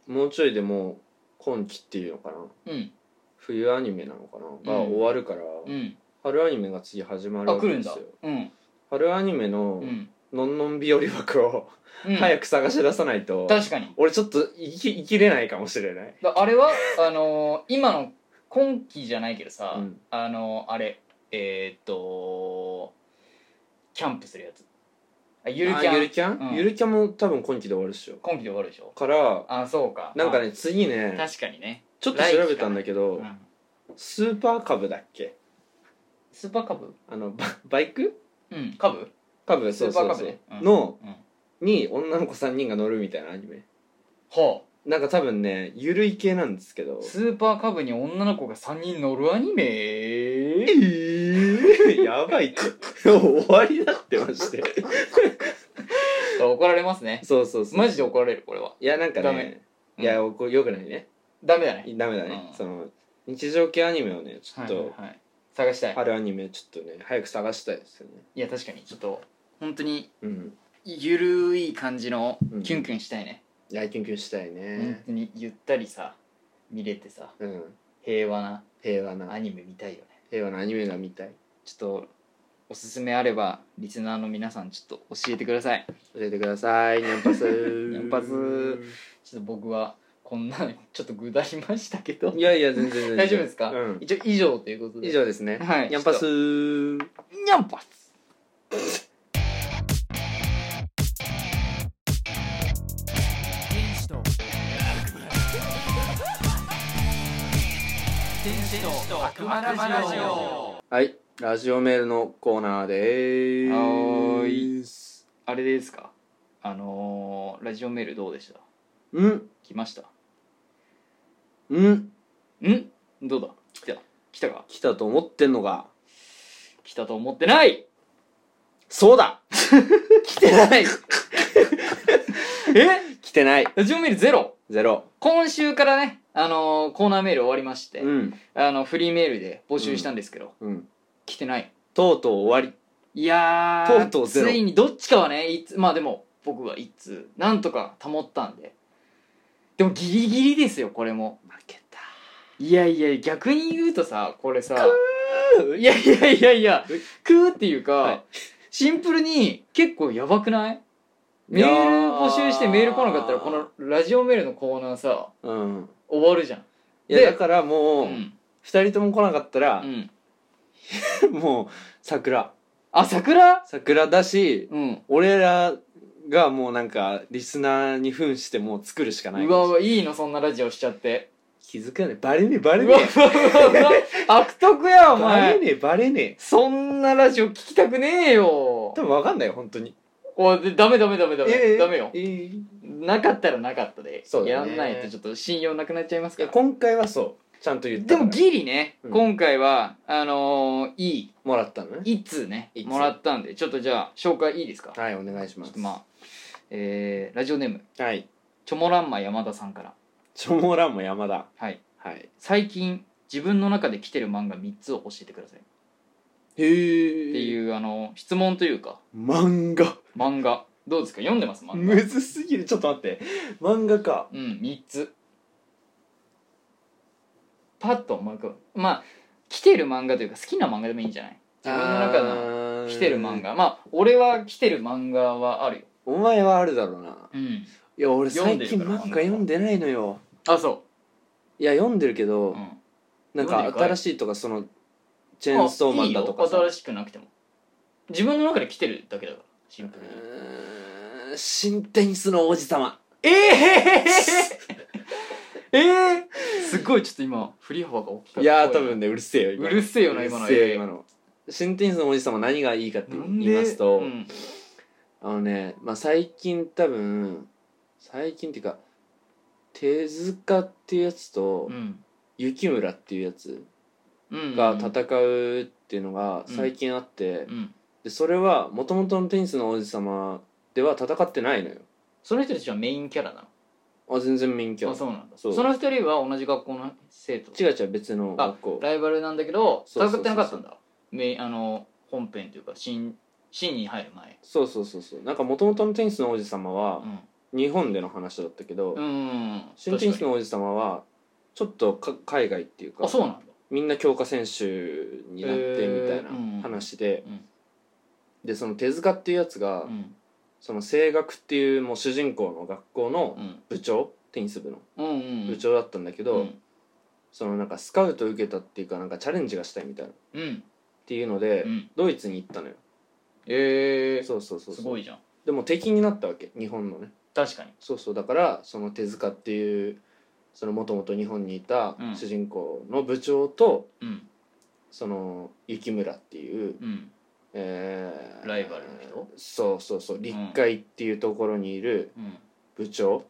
B: もうちょいでもう今期っていうのかな
A: うん
B: 冬アニメなのかなが
A: うん
B: 終わるから
A: うん
B: 春アニメが次始まる
A: あ
B: わ
A: 来
B: け
A: る
B: で
A: ん
B: すよ
A: だうん
B: 春アニメの
A: うん、
B: のんのん日和枠を
A: うん、
B: 早く探し出さないと
A: 確かに
B: 俺ちょっと生き生きれないかもしれない
A: だあれはあのー今の今期じゃないけどさ、
B: うん
A: あのーあれえー、っとキャンプするやつあゆるキ
B: あ
A: ャ
B: ゆる
A: ン
B: キャン、
A: うん
B: ゆるキャンも多分今期で終わるっしょ
A: 今期で終わるでしょ
B: から
A: あそうか
B: なんかね次
A: まあ
B: ね
A: 確かにね、
B: ちょっと調べたんだけど、
A: うん
B: スーパーカブだっけ
A: スーパーカブ
B: あのババイク
A: うんカブ
B: カブ
A: ス
B: そう
A: ーパー
B: そ
A: カブ
B: うそう
A: ね、うん
B: の
A: うん
B: に女の子3人が乗るみたいなアニメ
A: は
B: なんか多分ねゆるい系なんですけど
A: あスーパーカブに女の子が3人乗るアニメ
B: えー やばい って終わりだってまして
A: 怒られますね
B: そうそうそう
A: マジで怒られるこれはい
B: やなんか
A: ダ
B: ね
A: メ
B: いやこよくないね
A: ダメだね
B: ダメだね、
A: うん
B: その日常系アニメをねちょっと、
A: はいはい、探したい
B: あるアニメちょっとね早く探したいですよね
A: いや確かにちょっと本当に
B: うん
A: ゆるい感じの
B: うん
A: キュンキュンしたいね、
B: いやキュンキュンしたいね
A: 本当にゆったりさ見れてさ
B: うん、
A: 平和な
B: 平和
A: ア
B: な
A: ニメ見たいよね
B: 平和なアニメが見たい
A: ちょっとおすすめあればリスナーの皆さんちょっと教えてください
B: 教えてく ださいニャンパスニ
A: ャンパスちょっと僕はこんなちょっとぐだりましたけど
B: いやいや全然全然
A: 大丈夫ですか、
B: うん
A: 一応以上ということで
B: 以上ですね
A: はい
B: ニャンパス
A: にゃんぱつ
C: 天使と天使と悪魔ラジオ
B: はいラジオメールのコーナーで
A: はー
B: ーす
A: あれですかあのーラジオメールどうでした
B: うん
A: 来ました
B: うん
A: んどうだ来た来たか
B: 来たと思ってんのか
A: 来たと思ってない
B: そうだ来てない
A: え
B: 来てない
A: ラジオメールゼロ
B: ゼロ
A: 今週からねあのーコーナーメール終わりまして、
B: うん
A: あのフリーメールで募集したんですけど、
B: うん
A: 来てない
B: とうとう終わ
A: いやー
B: とうとうゼロ
A: ついにどっちかはねいつまあでも僕は一通なんとか保ったんででもギリギリですよこれも
B: り負け
A: いやいや逆に言うとさこれさいやいやいやいや
B: え
A: クーっていうか、
B: はい
A: シンプルに結構やばくないメール募集してメール来なかったらこのラジオメールのコーナーさ
B: たうん
A: 終わるじゃん
B: いや
A: で
B: だから
A: う
B: もう、
A: ん、
B: 二人とも来なかったら
A: う、ん、
B: もう桜
A: あ桜
B: 桜だし
A: うん
B: 俺らがもうなんかリスナーに扮してもう作るしかないう
A: わうわいいのそんなラジオしちゃって
B: 気づかねえバレねえバレ
A: う
B: ね
A: わうわうわうわ 悪徳や
B: え
A: お
B: バレ
A: 前
B: ねえバレねえ
A: そんなラジオ聞きたくねえよ
B: 多分わかんないよ本当に
A: おいでダメダメダメダメ、
B: ええ
A: ダメよ
B: ええ
A: なかったらなかったで、
B: そうだね
A: やんないとちょっと信用なくなっちゃいます
B: い
A: か
B: や
A: ら
B: 今回はそうちゃんと言った
A: で
B: から
A: もギリね、
B: うん
A: 今回はあのー、い
B: もらったのね
A: い一通ね
B: 一通
A: もらったんでちょっとじゃあ紹介いいですか、
B: はいお願いしま
A: ちょっ
B: す
A: とまあえー、ラジオネーム
B: はい
A: チョモランマ山田さんから
B: チョモランも山田
A: はい
B: はい
A: 最近自分の中で来てる漫画3つを教えてくださいっ
B: へえ
A: て
B: う
A: いうあの質問というか
B: 漫画
A: 漫画どうですか読んでます漫画
B: むずすぎるちょっと待って漫画か
A: うん3つパッと思い浮かぶまあ来てる漫画というか好きな漫画でもいいんじゃない自分の中の
B: の
A: 来てる漫画まあ俺は来てる漫画はあるよ
B: お前はあるだろうな
A: うん
B: いや俺
A: 読
B: 最
A: んでる
B: 近
A: から
B: 漫画読んでないのよ
A: あそ
B: いや読んでるけ
A: う、
B: ど
A: うん、
B: な
A: 読ん
B: ん
A: で
B: か
A: るかい
B: 新しいとかそのチェーンソーマンだとか
A: あいい
B: さ
A: よ新しくなくても自分の中で来てるだけだからシンプルに
B: うーん新テニスの王子様
A: ええええすごいちょっと今振り幅が大きかった
B: いやー多分ねうるせえよ今
A: うるせえよな今の
B: うるせえよ今の新テニスの王子様何がいいかって
A: なんで
B: 言いますと、
A: うん
B: あのね、まあ、最近多分最近っていうか手塚っていうやつと
A: うん
B: 雪村っていうやつ
A: うん
B: が戦うっていうのが最近あって、
A: うん
B: でそれはもともとのテニスの王子様では戦ってないのよ
A: その人たちはメインキャラな
B: あ全然免
A: の
B: 許
A: あそうなんだ
B: そ
A: そうの二人は同じ学校の生徒
B: 違う違う別の学校
A: ライバルなんだけど
B: そう
A: 戦
B: そうそうそう
A: ってなかったんだメインあの本編というか新新に入る前
B: そうそうそうそうなんかもともとのテニスの王子様は
A: うん
B: 日本での話だったけど、
A: うん
B: 新テニスの
A: 確か
B: 王子様はちょっとか海外っていう
A: に
B: か
A: あそうなんだ
B: みんな強化選手になっ
A: へ
B: て
A: ー
B: みたい
A: うん
B: な話で、
A: うん
B: でその手塚っていうやつが、
A: うん
B: その声楽っていうもう主人公の学校の
A: うん
B: 部長テニス部の
A: うんうん
B: 部長だったんだけど、
A: うん
B: そのなんかスカウト受けたっていうかなんかチャレンジがしたいみたいなっ
A: うん
B: ていうので、
A: うん
B: ドイツに行ったのよ
A: ええ
B: そうそうそう
A: す
B: そ
A: ご
B: う
A: いじゃん
B: でも敵になったわけ日本のね
A: 確かに
B: そうそうだからその手塚っていうそのもともと日本にいた
A: うん
B: 主人公の部長と、
A: うん
B: その雪村っていう、
A: うん
B: えー
A: ライバルの人
B: そうそうそう立海っていうところにいる
A: うん
B: 部長、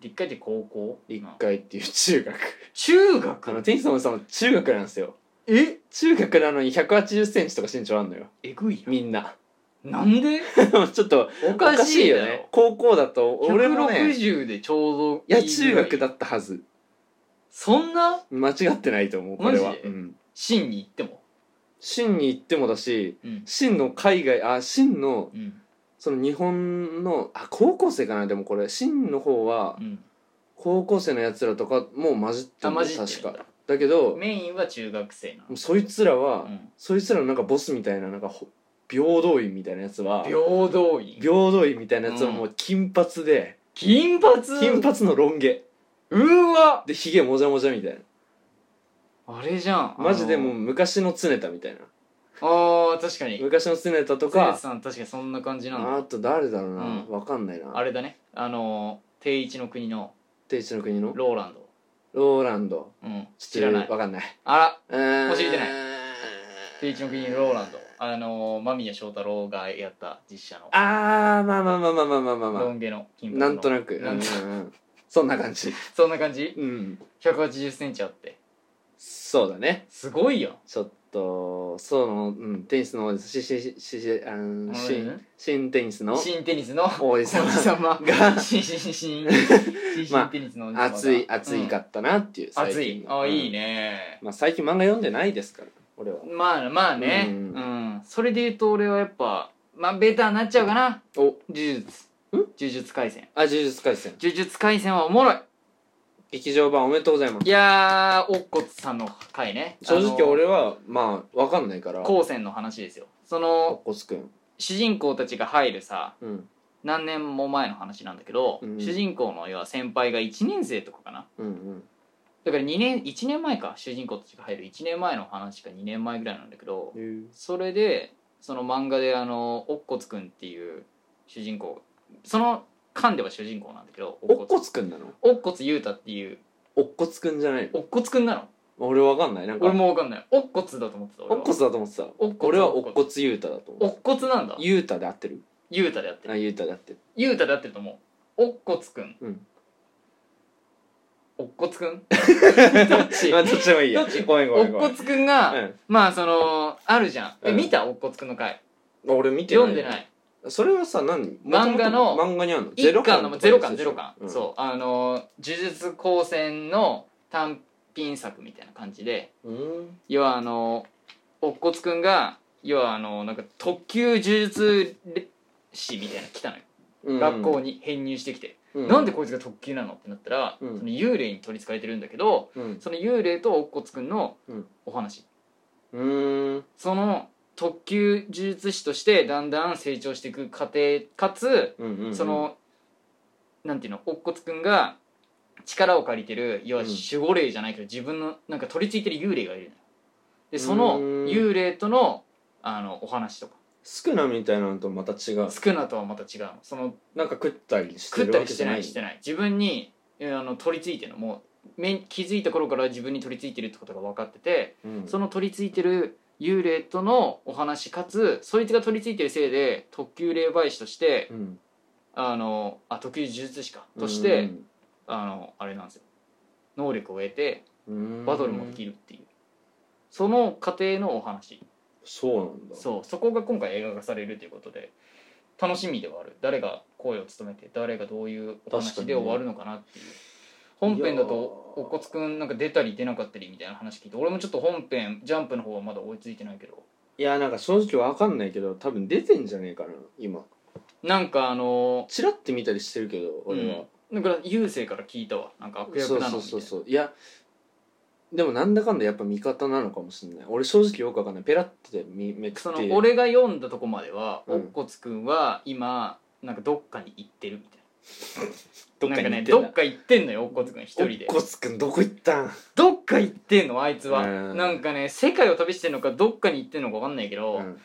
A: 立海って高校
B: 立
A: うん
B: 海っていう中学
A: 中
B: あの
A: 学
B: テニスの王子様中学なんですよ
A: え
B: 中学なのに1 8 0ンチとか身長あんのよ
A: えぐい
B: みんな
A: ななんで
B: ちょっと
A: お
B: お
A: か
B: か
A: し
B: し
A: い
B: い
A: よ
B: よ
A: ね
B: ね高校だと俺もね
A: 160でちょうど
B: いや
A: ぐら
B: 中学だったはず
A: そんな
B: 間違ってないと思うこれは
A: マジで
B: うん
A: 真に行っても
B: 真に行ってもだし
A: うん
B: 真の海外あ真の
A: うん
B: その日本のあ高校生かなでもこれ真の方は
A: うん
B: 高校生のやつらとかもう混じって
A: あ
B: る
A: 混じってるん
B: 確
A: だ
B: かだけども
A: メインは中学生なの
B: うそいつらは、
A: うん
B: そいつらのなんかボスみたいななんかほ平等院みたいなやつは
A: 平等院
B: 平等院みたいなやつはもう金髪で、
A: 金髪
B: 金髪のロン毛
A: うわ
B: でひげもじゃもじゃみたいな
A: あれじゃん
B: マジでもう
A: う
B: 昔の常田みたいな
A: あー確かに
B: 昔の常田と
A: とか
B: か
A: さん確かにそんな感じなんだ
B: あと誰だろうな、
A: うん
B: わかんないな
A: あれだねあのー定一の国の
B: 定一の国の
A: ローランド
B: ローランド
A: うん知らない
B: わかんない
A: あら
B: 教
A: 教えてない定
B: 定
A: 一の国のローランドあのー間宮祥太郎がやった実写の
B: あーまあまあまあまあまあまあまあ、ま
A: ロ
B: あ
A: ン毛の金髪の
B: なんとなくうん
A: なんと
B: うんうんそんな感じ
A: そんな感じ
B: うん
A: 1 8 0ンチあって
B: そうだね
A: すごいやん
B: ちょっとそううんテニスのしししししあの
A: はい
B: 新新テニスの
A: 新テニスの
B: 王子様
A: 王子 様
B: が
A: 新新新新
B: まあ
A: 新テニスの王子様が
B: 熱い熱い
A: う
B: か
A: ん
B: ったなっていう最
A: 熱
B: 近
A: い
B: の
A: あいい
B: うん
A: ね
B: まあ最近漫画読んでないですから俺は
A: まあまあね
B: う
A: うんんそれで言うと俺はやっぱまあベタになっちゃうかな
B: お
A: 呪術
B: ん
A: 呪術廻戦
B: あ呪術廻戦
A: 呪術廻戦はおもろい
B: 劇場版おめでとうございます
A: いやーおっこつさんの回ね
B: 正直
A: あ
B: 俺はまあわかんないから
A: の高専の話ですよそ
B: お
A: の
B: っこつくん
A: 主人公たちが入るさ
B: うん
A: 何年も前の話なんだけど、
B: うん
A: 主人公の要は先輩が1年生とかかな
B: うんうん
A: だから2年1年前か主人公たちが入る1年前の話か2年前ぐらいなんだけど
B: うん
A: それでその漫画であのおっこつくんっていう主人公その間では主人公なんだけど
B: おっこ
A: つ
B: つくんなの
A: おっこつゆうたっていう
B: おっこつくんじゃないの
A: おっこつくんなの
B: 俺わかんないなんか
A: 俺もわかんないおっこつだと思ってた俺
B: おっ
A: は
B: こつだと思ってた
A: おっこつ
B: 俺はおっこつゆうただと思
A: お
B: って
A: っこつなんだ
B: たゆうたで合ってる
A: ゆうたでやってる
B: あゆうたで合ってる
A: ゆうたでやってると思うおっこつくん
B: うん
A: おっこつく んどっち
B: まあどっちでもいいや
A: どっち
B: ごめんご
A: お
B: め
A: っ
B: んごめ
A: こ
B: ん
A: つくんが、
B: うん
A: まあそのあるじゃんえ
B: うん
A: 見たおっこつくんの回
B: 俺見てない
A: 読んでない
B: それはさ何
A: 漫画の
B: 漫画にあるの
A: 一巻のゼロ巻ゼロ巻
B: とかのやつでしょん
A: そうあの呪術高専の単品作みたいな感じで
B: うん
A: 要はあのおっこつくんが要はあのなんか特級呪術師みたいなの来たのよ、
B: うん
A: 学校に編入してきて、
B: う
A: なんでこいつが特級なのってなったら、
B: うん
A: その幽霊に取り憑かれてるんだけど
B: うん
A: その幽霊とおっこつくんのお話、
B: うーん
A: その特級呪術師としてだんだん成長していく過程かつ
B: うんうん
A: そのなんていうのおっこつくんが力を借りてるいわゆる
B: うん
A: 守護霊じゃないけど自分のなんか取り付いてる幽霊がいるのよでそうの
B: ーん
A: 幽霊とのあのお話とか
B: 少なみたいなのとまた違う
A: 少なとはまた違うのその
B: なんか食ったりして
A: 食っ
B: る
A: た
B: わ
A: り
B: け
A: して
B: じゃ
A: な
B: ない
A: いしてない自分にえーあの取り付いてるのもう目気づいた頃から自分に取り付いてるってことが分かってて
B: うん
A: その取り付いてる幽霊とのお話かつそいつが取り付いてるせいで特級霊媒師として
B: うん
A: あのあ特級呪術師か
B: うん
A: として、あのあれなんですよ能力を得て
B: うん
A: バトルもできるっていうその過程のお話
B: そうなんだ
A: そうそこが今回映画化されるということで楽しみではある誰が声を務めて誰がどういうお
B: 確か
A: 話
B: に
A: で
B: ね
A: 終わるのかなっていう、本編だ
B: いやー
A: とおこつくんなんか出たり出なかったりみたいな話聞いて俺もちょっと本編ジャンプの方はまだ追いついてないけど
B: いやなんか正直わかんないけど多分出てんじゃねえかな今
A: なんかあの
B: チラって見たりしてるけど俺は、
A: ーなんか優勢から聞いたわなんか悪役
B: そう
A: なの
B: そう
A: みたい
B: そう
A: な
B: そういやでもなんだかんだやっぱ味方なのかもしれない俺正直よくわかんないペラって見めく
A: そ
B: って
A: の俺が読んだとこまでは、
B: うん
A: おっこつくんは今なんかどっかに行ってるみたい
B: ど
A: な
B: っ
A: な
B: か
A: ん
B: に
A: かねど
B: 行ってんだ
A: っか行ってんのよおっこつくん一人で
B: おっこつくんどこ行ったん
A: どっか行ってんのあいつは
B: うん
A: なんかね世界を旅してんのかどっかに行ってんのか分かんないけど、
B: うん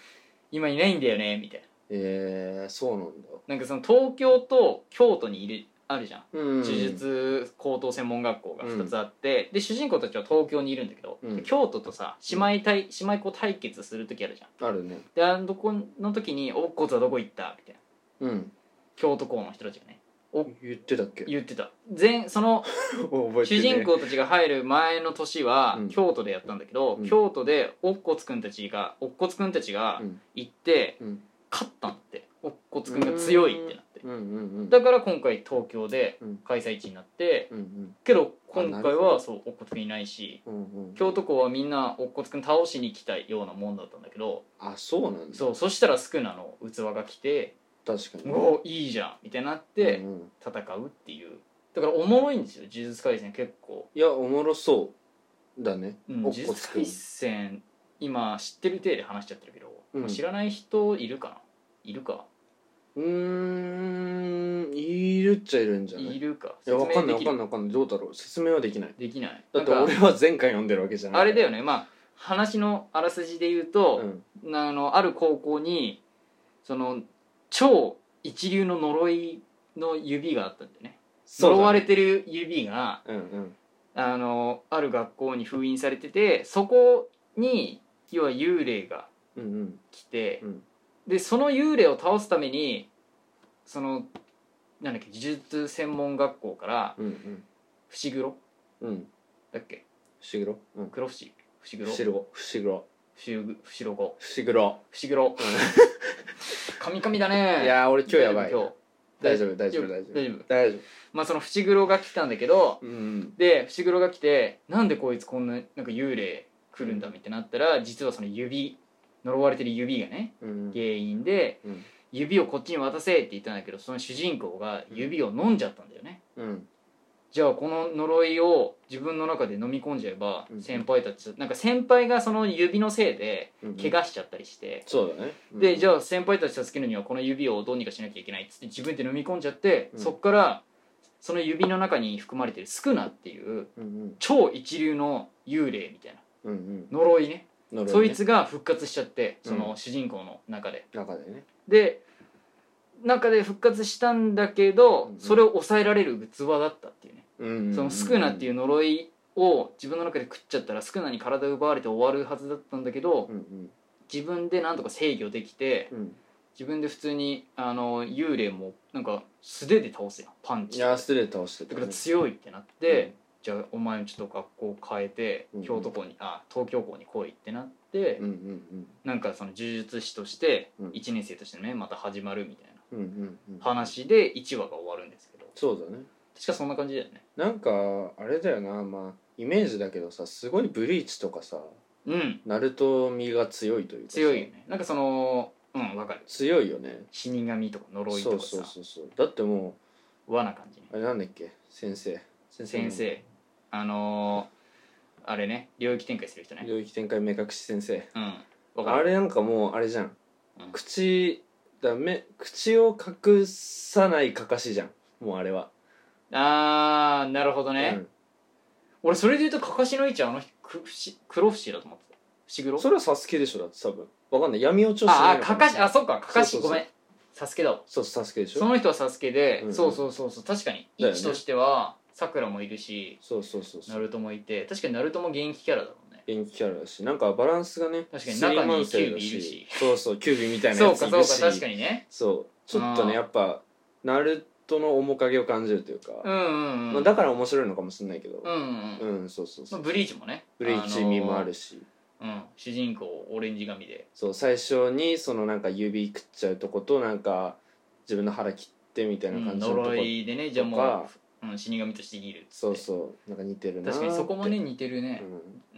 A: 今いないんだよねみたい
B: えー、そうなんだ
A: ななんかその東京と京都にいるあるじゃん
B: うん
A: 呪術高等専門学校が2つあって、で主人公たちは東京にいるんだけど、
B: うん
A: で京都とさ姉妹対姉妹校対決する時あるじゃん
B: あるね
A: であのとこの時に「おっこつはどこ行った?」みたいな
B: うん
A: 京都校の人たちがね
B: 言ってたっけ
A: 言ってた全その
B: 覚えて
A: 主人
B: ね
A: 公たちが入る前の年は
B: うん
A: 京都でやったんだけど、
B: うん
A: 京都でおっこつくんたちがおっこつくんたちが
B: うん
A: 行って
B: うん
A: 勝ったんだっておっこつくんが強いってなって
B: うんうんうん
A: だから今回東京で
B: うん
A: 開催地になって
B: うんうん
A: けど今
B: あな
A: 回
B: るほ
A: はそうおっこつくんいないし
B: うんうん
A: 京都校はみんなおっこつくん倒しに来たようなもんだったんだけど
B: あそうなんだ
A: そうそしたらスクナの器が来て
B: 確か
A: 「
B: に
A: おおいいじゃん」みたいになって。
B: うんうん
A: 戦うっていうだからおもろいんですよ呪術廻戦結構、
B: いやおもろそうだね
A: うん、
B: お
A: 呪
B: っこ
A: 術
B: つくん
A: 廻戦今知ってる体で話しちゃってるけど、
B: うん
A: まあ知らない人いるかないるか
B: うーんいるっちゃいるんじゃない
A: いるか
B: いやわかんないわ
A: でき
B: か
A: る
B: んないわかんないどうだろう説明はできない
A: できない
B: だって
A: なんか
B: 俺は前回読んでるわけじゃない
A: あれだよねまあ話のあらすじで言うと
B: う、ん
A: あのある高校にその超一流の呪いの指があったんだよね
B: そう
A: 呪
B: だ
A: わ
B: ね
A: れてる指が
B: うんうん
A: あのある学校に封印されててそこに要は幽霊が
B: うんうん
A: 来て、
B: うん
A: でその幽霊を倒すためにそのなんだっけ呪術専門学校から
B: うんうん
A: 伏黒
B: うん
A: だっけ
B: 伏黒うん
A: 黒伏伏黒
B: 伏黒伏黒
A: 伏黒伏
B: 伏黒
A: 黒カミカミだね
B: いやー俺今日やばい
A: 今日
B: 大丈夫大丈夫
A: よ
B: 大丈夫
A: 大丈夫
B: 大丈
A: まあその伏黒が来たんだけど
B: 夫うん
A: で伏黒が来てなんでこいつこんななんか幽霊来るんだみたいになったら実はその指呪われてる指がね
B: うん
A: 原因で
B: うん
A: 指をこっちに渡せって言ったんだけどその主人公が指を飲んじゃったんだよね
B: うん
A: じゃあこの呪いを自分の中で飲み込んじゃえば
B: うん
A: 先輩たちなんか先輩がその指のせいで
B: うん
A: 怪我しちゃったりして
B: そうだね
A: でじ
B: ゃ
A: ゃあ先輩たち助けるにはこの指をどうにかしなきゃいけないっつって自分で飲み込んじゃって
B: うん
A: そっからその指の中に含まれてるスクナっていう
B: うん
A: 超一流の幽霊みたいな
B: うんうん
A: 呪いね
B: うん
A: そいつが復活しちゃってその
B: うん
A: 主人公の中で、
B: 中でね
A: で中で復活したんだけど、
B: うん
A: それを抑えられる器だったっていうね、
B: うん
A: そのスクナっていうう呪いを自分の中で食っちゃったらスクナに体奪われて終わるはずだったんだけど、
B: うんうん
A: 自分でなんとか制御できて
B: うん
A: 自分で普通にあの幽霊もなんか素手で倒すやんパン
B: い
A: チ
B: やー失礼倒して
A: だ
B: た
A: から
B: ね
A: 強いってなって、じゃあお前ちょっと学校変えて
B: うん
A: 京都校に、あ東京校に来いってなって、
B: うんうん
A: なんかその呪術師として
B: うん
A: 1年生としてねまた始まるみたいな
B: うんうんうんうん
A: 話で1話が終わるんですけど
B: そうだね
A: 確かそんな感じだよね
B: なんかあれだよなまあイメージだけどさすごいブリーチとかさ
A: うん
B: ナルト味が強いというかさ
A: 強いよねなんかそのうんわかる
B: 強いよね
A: 死神とか呪いと
B: そう
A: かさ
B: そうそうそうだっても
A: 和な感じね
B: うあれなんだっけ先生先
A: 先生あのー、あれね領域展開する人ね
B: 領域展開目隠し先生
A: うんわか
B: あ
A: る
B: れなんかもうあれじゃん
A: うん
B: 口だめ口を隠さないかかしじゃんもうあれは
A: あーなるほどね、
B: うん
A: 俺それで言うとかかしの位置あの人くふし黒節だと思ってた伏黒
B: それはサスケでしょだって多分わかんない闇落ちをして
A: あ
B: な
A: あ
B: いの
A: か
B: か
A: か
B: も
A: し
B: れな
A: あ
B: い
A: そっかかかし
B: そうそうそう
A: ごめんサスケだわ
B: そうサスケでしょ
A: その人はサスケで、
B: うんうん
A: そうそうそうそう確かに
B: だ
A: 位
B: よね
A: 置としてはさくらもいるし
B: そうそうそうそ
A: ナ
B: う
A: ルトもいて確かにナルトも現役キャラだもんね
B: 元気キャラだしなんかバランスがね
A: 確かに
B: スリーマン
A: 中に
B: 性
A: キュー
B: だ
A: ビいるし
B: そうそうキュービーみたいな
A: そ
B: や
A: う
B: つい
A: か
B: るし
A: そうか確かにね
B: そうちょっと
A: うん
B: ねやっぱナルトの面影を感じるというか、
A: うんうんう
B: まあ、
A: ん
B: だから面白いのかもしれないけど
A: うんうん
B: う
A: うん
B: ん、そうそう
A: ま
B: そ
A: あ
B: う
A: ブリーチもね
B: ブリーチ味もある
A: し、
B: し、
A: あのーうん、主人公オレンジ髪で
B: そう最初にそのなんか指食っちゃうとことなんか自分の腹切ってみたいな
A: うん
B: 感じのとこ、
A: 呪いでねじゃあ
B: と
A: も
B: か
A: う、うん、死神として生きるっつって
B: そうそうなんか似てるなー
A: 確
B: って
A: かにそこもね、似てるね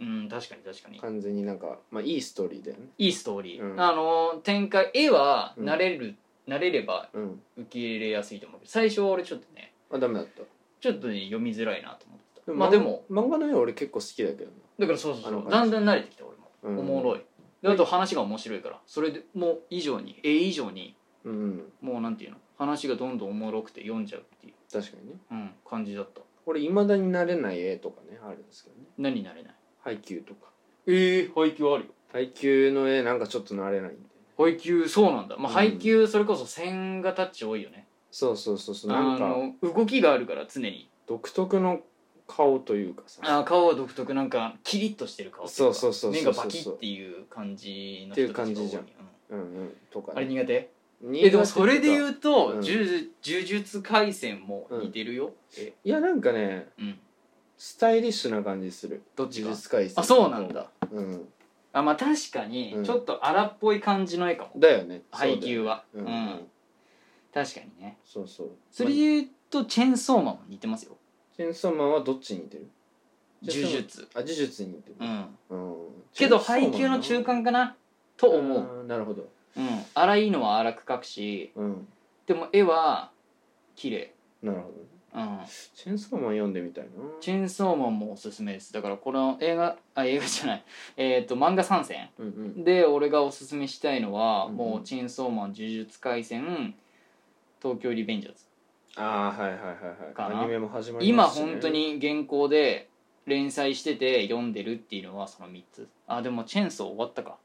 B: う
A: うん、確かに確か
B: ん、
A: に
B: 完全になんかまあいいストーリーだよね
A: いいストーリー、
B: うん
A: あのー展開絵は
B: うん
A: 慣れる、慣れれば
B: うん
A: 受け入れやすいと思うけど最初は俺ちょっとね
B: あダメだった
A: ちょっとね読みづらいなと思ってたまあでも
B: 漫画の絵俺結構好きだけどな
A: だからそうそう
B: あ
A: そ
B: の
A: うだんだん慣れてきた俺も、
B: うん
A: おもろいであと話が面白いからそれでもう以上に絵以上に
B: うん、うん、
A: もうなんていうの話がどんどんおもろくて読んじゃうっていう、
B: 確かにね
A: うん、感じだった
B: 俺いまだになれない絵とかねあるんですけどね
A: 何慣れない
B: 配給とか
A: ええ配給あるよ
B: 配給の絵なんかちょっと慣れないんで
A: 配給そうなんだまあ
B: うん
A: 配給それこそ線がタッチ多いよね、
B: そうそうそうそう
A: あ
B: なんか
A: の動きがあるから常に
B: 独特の顔というかさ
A: あ顔は独特なんかキリッとしてる顔っていか
B: そうそうそうそうそう
A: 目がバキッっていう感じの人たちが多
B: っていう感じじゃん
A: うん
B: うんうんとか
A: あれ苦手
B: 苦手
A: えでもそれで
B: う
A: 言うと、
B: うん
A: 呪術呪術廻戦も似てるよ、え
B: いやなんかね
A: うん
B: スタイリッシュな感じする
A: どっちが
B: 呪術廻戦
A: あそうなんだ
B: うん
A: あまあ確かに
B: うん
A: ちょっと荒っぽい感じの絵かも、
B: だよね
A: 配給は
B: そう
A: う
B: だよね
A: ん確かにね
B: そうそう
A: それで
B: まあ
A: 言うとチェーンソーマンも似てますよ
B: チェーンソーマンはどっちに似てるチェ
A: 呪
B: ーンソーマン
A: 術
B: あ呪術に似てる
A: うん
B: うん
A: けど配給の中間かなと思う
B: うなるほど
A: うん荒いのは荒く描くし
B: うん
A: でも絵は綺麗
B: なるほどね
A: うん
B: チェーンソーマン読んでみたいな
A: チェーンソーマンもおすすめですだからこの映画あ映画じゃないえっ、と漫画参戦
B: うんうん
A: で俺がおすすめしたいのは、
B: うん
A: もう「チェーンソーマン呪術廻戦東京リベンジャーズ
B: ああはいはいはい
A: か
B: はい
A: な
B: アニメも始ま」り
A: 今
B: ますし、ね、
A: 本当に原稿で連載してて読んでるっていうのはその3つあでもチェーンソー終わったか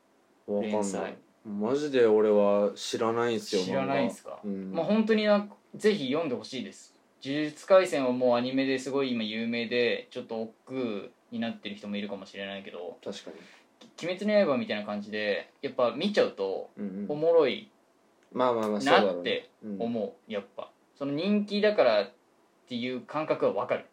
B: わ
A: 連
B: かんな
A: 載
B: いマジで俺は知らないんすよ
A: 知らないんす
B: か、
A: か、
B: うん
A: まあ本当になぜひ読んでほしいです呪術廻戦はもうアニメですごい今有名でちょっと億劫になってる人もいるかもしれないけど
B: 確か
A: 鬼滅の刃みたいな感じでやっぱ見ちゃうと
B: に、うんう
A: お
B: ん、
A: もろい
B: まあまあまあそうだ
A: な
B: ろ
A: っ
B: うね
A: て
B: うん
A: 思う、やっぱその人気だからっていう感覚はわかる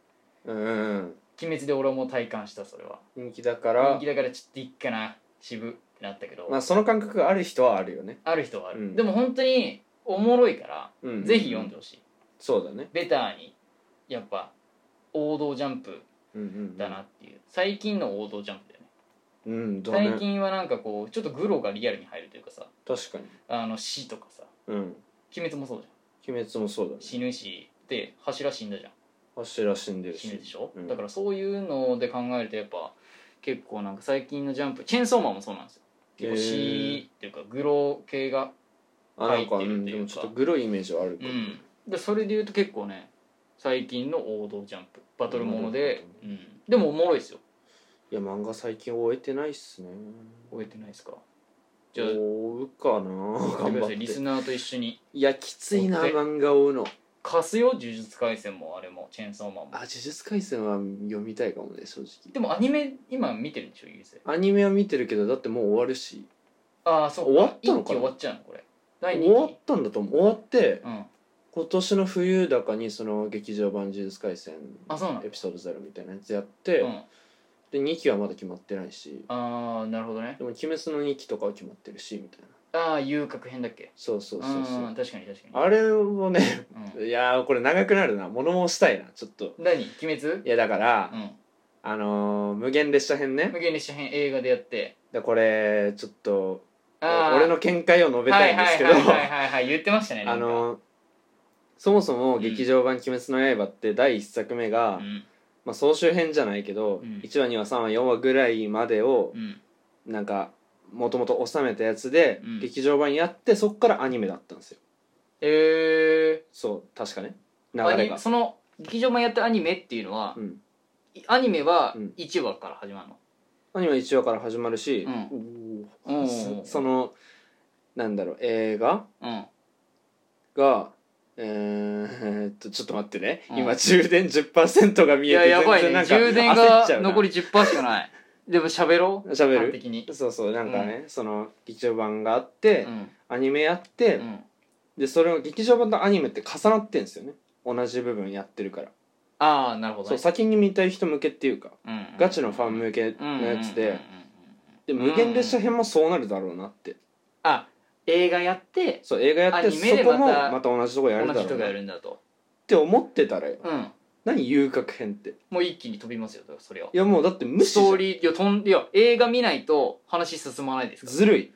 B: うんうんうん
A: 鬼滅で俺も体感したそれは
B: 人気だから
A: 人気だからちょっといっかな渋ってなったけど、
B: まあその感覚がある人はあるよね、
A: ある人はある、
B: うん
A: でも本当におもろいから、
B: うん、
A: ぜひ読んでほしい
B: そうだね、
A: ベターにやっぱ王道ジャンプ
B: うんうんうん、
A: だなっていう最近の王道ジャンプだよね
B: うんだね
A: 最近はなんかこうちょっとグロがリアルに入るというかさ
B: 確かに
A: あの死とかさ
B: うん
A: 鬼滅もそうじゃん
B: 鬼滅もそうだね
A: 死ぬしで柱死んだじゃん
B: 柱死んでる
A: 死
B: し
A: ぬでしょ、
B: うん
A: だからそういうので考えるとやっぱ結構なんか最近のジャンプチェーンソーマンもそうなんですよ結構
B: へ
A: 死っていうかグロ系が
B: あなんか
A: 入って
B: う
A: るっ
B: ん
A: ていうか
B: でもちょっとグロいイメージはあるけ
A: う
B: ど、
A: んでそれで言うと結構ね最近の王道ジャンプバトルもので、うん、でもおもろいですよ
B: いや漫画最近終えてないっすね
A: 終えてないですかじゃあ
B: 追うかな
A: 見て
B: 頑
A: くださ
B: 張っ
A: いリス
B: て
A: ナーと一緒に
B: いやきついな
A: 追って
B: 漫画を追うの
A: 貸すよ呪術廻戦もあれもチェーンソーマンも
B: あ呪術廻戦は読みたいかもね正直
A: でもアニメ今見てるんでしょ優勢
B: アニメは見てるけどだってもう終わるし
A: ああそう
B: 終わったのかな
A: 一期終わっちゃうのこれ第2
B: 終わっ
A: 期
B: たんだと思う終わって
A: うん
B: 今年の冬だかにその劇場版「呪術廻戦
A: あそうなん」だ
B: エピソード0みたいなやつやって、
A: うん
B: で2期はまだ決まってないし
A: ああなるほどね
B: でも「鬼滅」の2期とかは決まってるしみたいな
A: ああ遊郭編だっけ
B: そうそうそうそう
A: うん確かに確かに
B: あれをね
A: うん
B: いやーこれ長くなるな物申したいなちょっと
A: 何鬼滅
B: いやだから、
A: うん
B: あのー無限列車編ね
A: 無限列車編映画でやって
B: でこれちょっと
A: ああ
B: 俺の見解を述べたいんですけど
A: はいはいはいはいはい、はい、言ってましたね な
B: あ
A: んか
B: のそもそも
A: ん
B: 劇場版「鬼滅の刃」って第1作目が、
A: うん
B: まあ、総集編じゃないけど、
A: うん
B: 1話2話3話4話ぐらいまでを
A: うん
B: なんかもともと収めたやつで、
A: うん
B: 劇場版やってそっからアニメだったんですよ
A: え
B: そう確かね流
A: ー、ア
B: れ
A: ニ
B: が
A: その劇場版やったアニメっていうのは、
B: うん
A: いアニメは
B: うん
A: 1話から始まるの、
B: アニメ1話から始まるし、
A: う
B: おー
A: うん
B: そそのなんだろう映画
A: うん、
B: がえーっとちょっと待ってね、
A: うん
B: 今充電10%が見
A: い
B: え
A: や
B: て
A: やばいね充電
B: 焦
A: が
B: っちゃうな
A: 残り10%しかないでも喋ろう
B: 喋る
A: 端的に
B: そうそうなんかね、その劇場版があって、
A: うん
B: アニメやって、
A: うん
B: でそれを劇場版とアニメって重なってんですよね同じ部分やってるから、
A: ああなるほど、
B: そ
A: ね、
B: う先に見たい人向けっていうか、
A: うんうん
B: ガチのファン向けのやつで、
A: うんうんうんうん
B: で無限列車編もそうなるだろうなって、
A: あ映画やって
B: そう映画やっ
A: ア
B: て
A: ニメで
B: そこも
A: また
B: また同じとこや
A: 同
B: るだ
A: じ
B: ろ
A: 人
B: う
A: が
B: な
A: や
B: っ
A: るんだと
B: て思ってたらよ
A: うん
B: 何遊郭編ってい
A: もう一気に飛びますよだからそれを
B: やもうだって無視
A: ス
B: じゃん
A: トーリーいや飛んいや映画見ないと話進まないですから
B: ずるい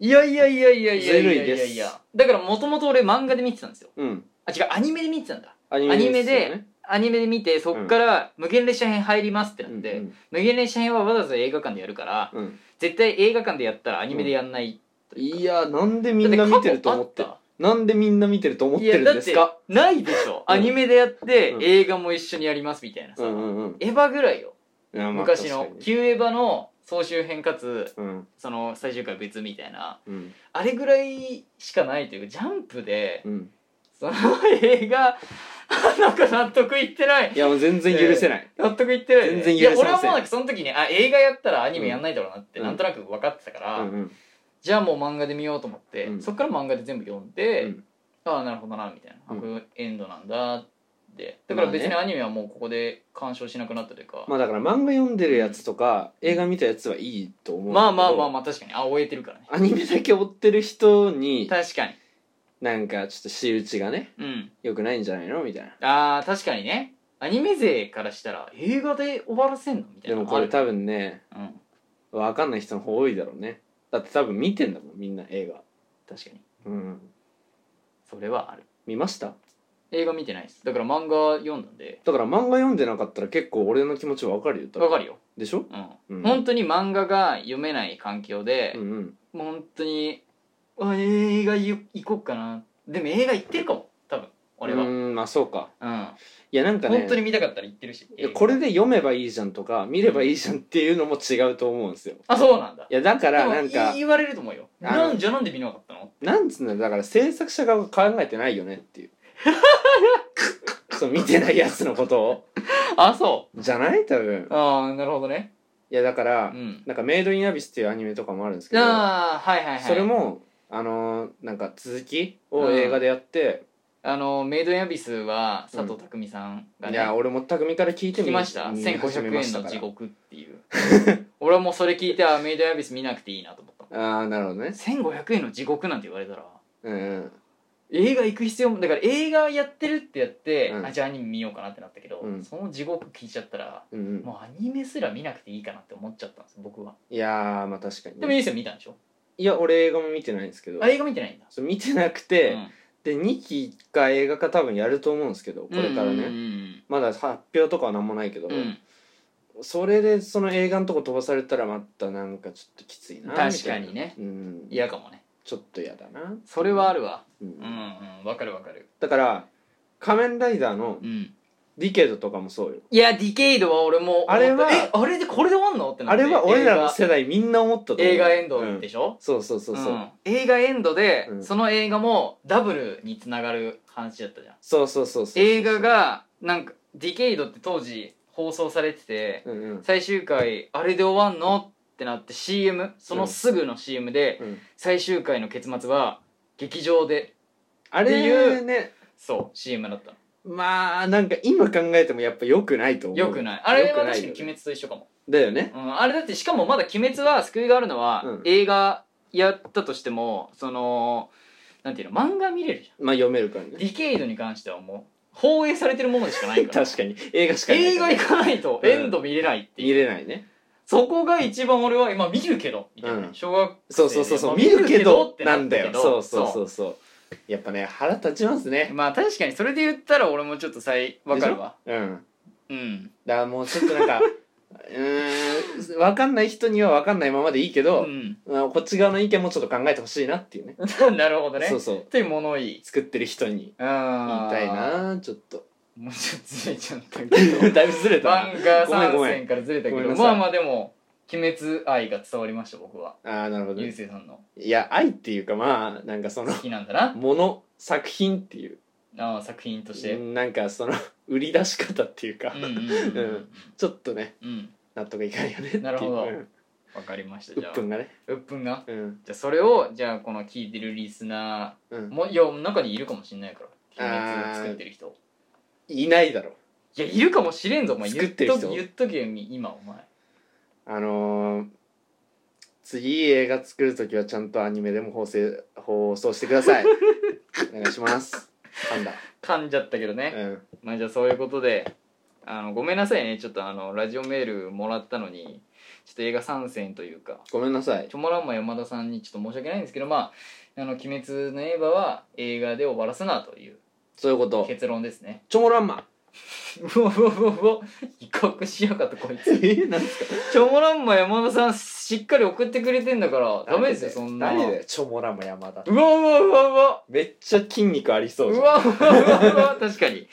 A: いやいやいやいやいやいやいやいや
B: ずるいです
A: だからもともと俺漫画で見てたんですよ
B: うん
A: あ違うアニメで見てたんだ
B: アニ
A: アニメ
B: メすよね
A: でアニメで見てそっから無限列車編入りますってなって、
B: うん
A: 無限列車編はわざわざ映画館でやるから
B: うんうん
A: 絶対映画館でやったらアニメでやんない、
B: いやなんでみんな見てると思って
A: だ
B: なんでみんな見てると思っ
A: って
B: て
A: 過去あったいやだ
B: るんで
A: っ
B: す
A: て
B: か
A: ないでしょ、
B: うん
A: アニメでやって、
B: うん
A: 映画も一緒にやりますみたいなさ、
B: うんうんうん
A: エヴァぐらいよ
B: いやまあ
A: 昔の
B: 確かに
A: 旧エヴァの総集編かつ
B: うん
A: その最終回別みたいな
B: うん
A: あれぐらいしかないというかジャンプで
B: うん
A: その映画 なんか納得いってない
B: いやもう全然許せない
A: 納得いってない、ね、
B: 全然
A: いや
B: 許せません
A: 俺はもうなんかその時にあ映画やったらアニメやんないだろうなって、
B: うん
A: なんとなく分かってたから、
B: うんうん
A: じゃあもう漫画で見ようと思って、
B: うん
A: そっから漫画で全部読んで、
B: うん
A: ああなるほどなみたいな、あ
B: うん
A: こういうエンドなんだってだから別に
B: ま
A: アニメはもうここで鑑賞しなくなったというか、ま
B: まあだから漫画読んでるやつとか映画見たやつはいいと思う
A: あまあまあ
B: ま
A: まあ確かにあ終えてるからね
B: あアニメだけ追ってる人に
A: 確かに
B: なんかちょっと仕打ちがね
A: うん
B: よくないんじゃないのみたいな
A: あー確かにねアニメ勢からしたら映画で終わらせんのみたい
B: で
A: な
B: もこれ多
A: 分、
B: 分ね
A: うん、
B: 分かんない人の方多いだろうねだって多分見てんだもんみんな映画
A: 確かに
B: うん
A: それはある
B: 見ました
A: 映画見てないですだから漫画読んだんで
B: だから漫画読んでなかったら結構俺の気持ち分かるよ多分
A: わかるよ、
B: でしょ
A: うん
B: うん
A: 本当に漫画が読めない環境で、
B: うんうん
A: もう本当にあ映画行こうかなでも映画行ってるかも多分俺は
B: う
A: うん、
B: んまあそうかいやなんかね
A: 本当に見たかったら行ってるし
B: いやこれで読めばいいじゃんとか見ればいいじゃんっていうのも違うと思うんですよ
A: あそうなんだ
B: いやだから
A: でも
B: なんか
A: い言われると思うよ
B: あの
A: なんじゃなんで見なかったの
B: なんつうんだろうだから制作者側が考えてないよ ねっていうそう見てないやつのことを
A: あそ
B: じゃない多分
A: うああなるほどね
B: いやだから、
A: うん
B: なんか「メイド・イン・アビス」っていうアニメとかもあるんですけど
A: ああはいはいはい
B: それもあのーなんか続きを映画でやって、
A: あのメイドインアビスは佐藤匠さんが
B: い
A: ね、
B: や俺も匠から聞いて
A: 聞
B: み
A: きました
B: 見始め
A: 1500
B: ま
A: 円
B: した
A: の
B: から
A: 地獄って いう俺はもうそれ聞いてあメイドインアビス見なくていいなと思った
B: ああなるほどね
A: 1500円の地獄なんて言われたら
B: うんうん
A: 映画行く必要もだから映画やってるってやって、
B: うん
A: あじゃあアニメ見ようかなってなったけど、
B: うん
A: その地獄聞いちゃったら
B: うんうん
A: もうアニメすら見なくていいかなって思っちゃったんです僕はい
B: やーまあ確かに、
A: でもいいで
B: ね、
A: すよ見たんでしょ
B: いや俺映画も見てないんですけど
A: あ映画見てないんだ、
B: そう見てなくて、
A: うん
B: で2期か映画か多分やると思うんですけどこれからね、
A: うん
B: まだ発表とかは何もないけど、
A: うんうん
B: それでその映画のとこ飛ばされたらまたなんかちょっときついなみたいな
A: 確かにね
B: うん
A: 嫌かもね
B: ちょっと嫌だな
A: それはあるわ
B: う
A: う
B: ん
A: んうんわかるわかる
B: だから仮面ライダーの
A: うん
B: ディケードとかもそうよ
A: いやディケイドは俺も思った
B: あれは
A: えあれでこれで終わんのってな
B: あ
A: って
B: れは俺ら
A: 映
B: の
A: 画
B: 世代みんな思ったと思う
A: 映画エン
B: う
A: ド
B: ん
A: でしょ、
B: そうそうそうそう、
A: ん映画エンドで、
B: うん
A: その映画もダブルにつながる話だったじゃん
B: そうそうそうそう
A: 映画がなんかディケイドって当時放送されてて
B: うんうん
A: 最終回あれで終わんのってなって CM そのすぐの CM で、
B: うん
A: 最終回の結末は劇場で
B: あれね
A: そう CM だった
B: まあなんか今考えてもやっぱ良くないと思
A: の
B: う
A: よくないあれは確かに
B: 良
A: 鬼
B: くないよね
A: 滅と一緒かも、
B: だよね
A: うん、あれだってしかもまだ鬼滅は救いがあるのは、
B: うん
A: 映画やったとしてもそのなんていうの漫画見れるじゃん
B: まあ読めるからね
A: ディケイドに関してはもう放映されてるものでしかないから
B: 確かに映画しかない
A: 映画行かないと
B: うん
A: エンド見れないっていう、
B: 見れないね
A: そこが一番俺は今見るけどみたいなね、
B: うん
A: 小学生
B: そうそうそうそう見るけど
A: って
B: なんだよそうそうそううそうやっぱね腹立ちますね
A: まあ確かにそれで言ったら俺もちょっと最わかるわ
B: うん
A: うん
B: だからもうちょっと なんかうーん分かんない人には分かんないままでいい
A: う
B: けど、
A: ん
B: まあこっち側の意見もちょっと考えてほしいなっていうね
A: なるほどね
B: そう
A: っ
B: そう
A: て物言い
B: 作ってる人に言い
A: あ
B: たいなちょっと
A: もうちょっとずれちゃった け ど
B: だいぶずれたな
A: 漫画
B: ごめんご
A: 参
B: めん
A: 戦からずれたけ
B: ごめん
A: ど
B: なさい
A: まあまあでも鬼滅愛が伝わりました僕は
B: ああなるほど
A: ゆう
B: ね
A: せいさんの
B: いや愛っていうかまあなんかその
A: 好きなんだな
B: もの作品っていう
A: ああ作品として
B: うんなんかその 売り出し方っていうか、
A: うんうんう
B: うん
A: ん
B: ちょっとね
A: うん
B: 納得いかないよねっていう
A: なるほど
B: うん
A: わかりました
B: 鬱
A: じゃあ
B: 憤がね
A: うっぷんが
B: うん
A: じゃあそれをじゃあこの聞いてるリスナ
B: うん
A: ーもいや中にいるかもしれないから
B: あー
A: 鬼滅を作ってる人
B: いないだろ
A: いやいるかもしれんぞお前
B: 作
A: 言
B: っ
A: ってと
B: る
A: け
B: 人
A: 言っとけよ今お前
B: あのー、次映画作る時はちゃんとアニメでも放送放送してく ださいお願いしますパンダ
A: 噛んじゃったけどね
B: うん
A: まあじゃあそういうことであのごめんなさいねちょっとあのラジオメールもらったのにちょっと映画参戦というか
B: ごめんなさい
A: チョモランマ山田さんにちょっと申し訳ないんですけどまああの「鬼滅の刃」は映画で終わらすなという
B: そういうこと
A: 結論です ね
B: チョモラ ンマ
A: うわうわうわうわ威嚇しやがったこいつ
B: えなんですか
A: チョモランマ山田さんしっかり送ってくれてんだからダメですよそんな
B: 誰だよチョモランマ山田
A: うわうわうわうわ
B: めっちゃ筋肉ありそう
A: う
B: じゃん
A: わうわうわ確かに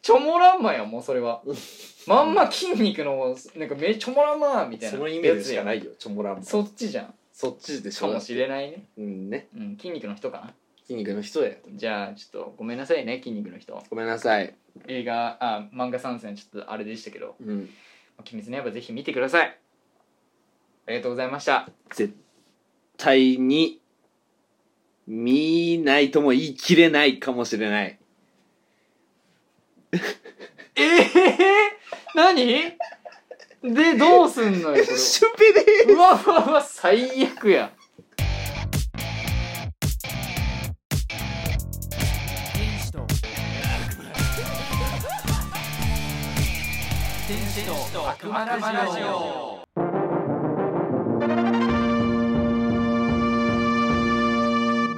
A: チョモランマやもうそれはまんま筋肉のなんかめチョモランマみたいな
B: そのイメージしかないいよチョモランマ
A: そっちじゃん
B: そっちでし
A: か
B: ょ
A: もしれないね
B: うんね
A: うん筋肉の人かな
B: 筋肉の人だよ
A: じゃあちょっとごめんなさいね筋肉の人
B: ごめんなさい
A: 映画あ漫画参戦ちょっとあれでしたけど
B: うん
A: 「鬼滅の刃」ぜひ見てくださいありがとうございました
B: 絶対に見ないとも言い切れないかもしれない
A: ええ何でどうすんのよこ
B: シュウペイです
A: れうわうわうわ最悪や
C: 天使と天使と悪魔ラジオ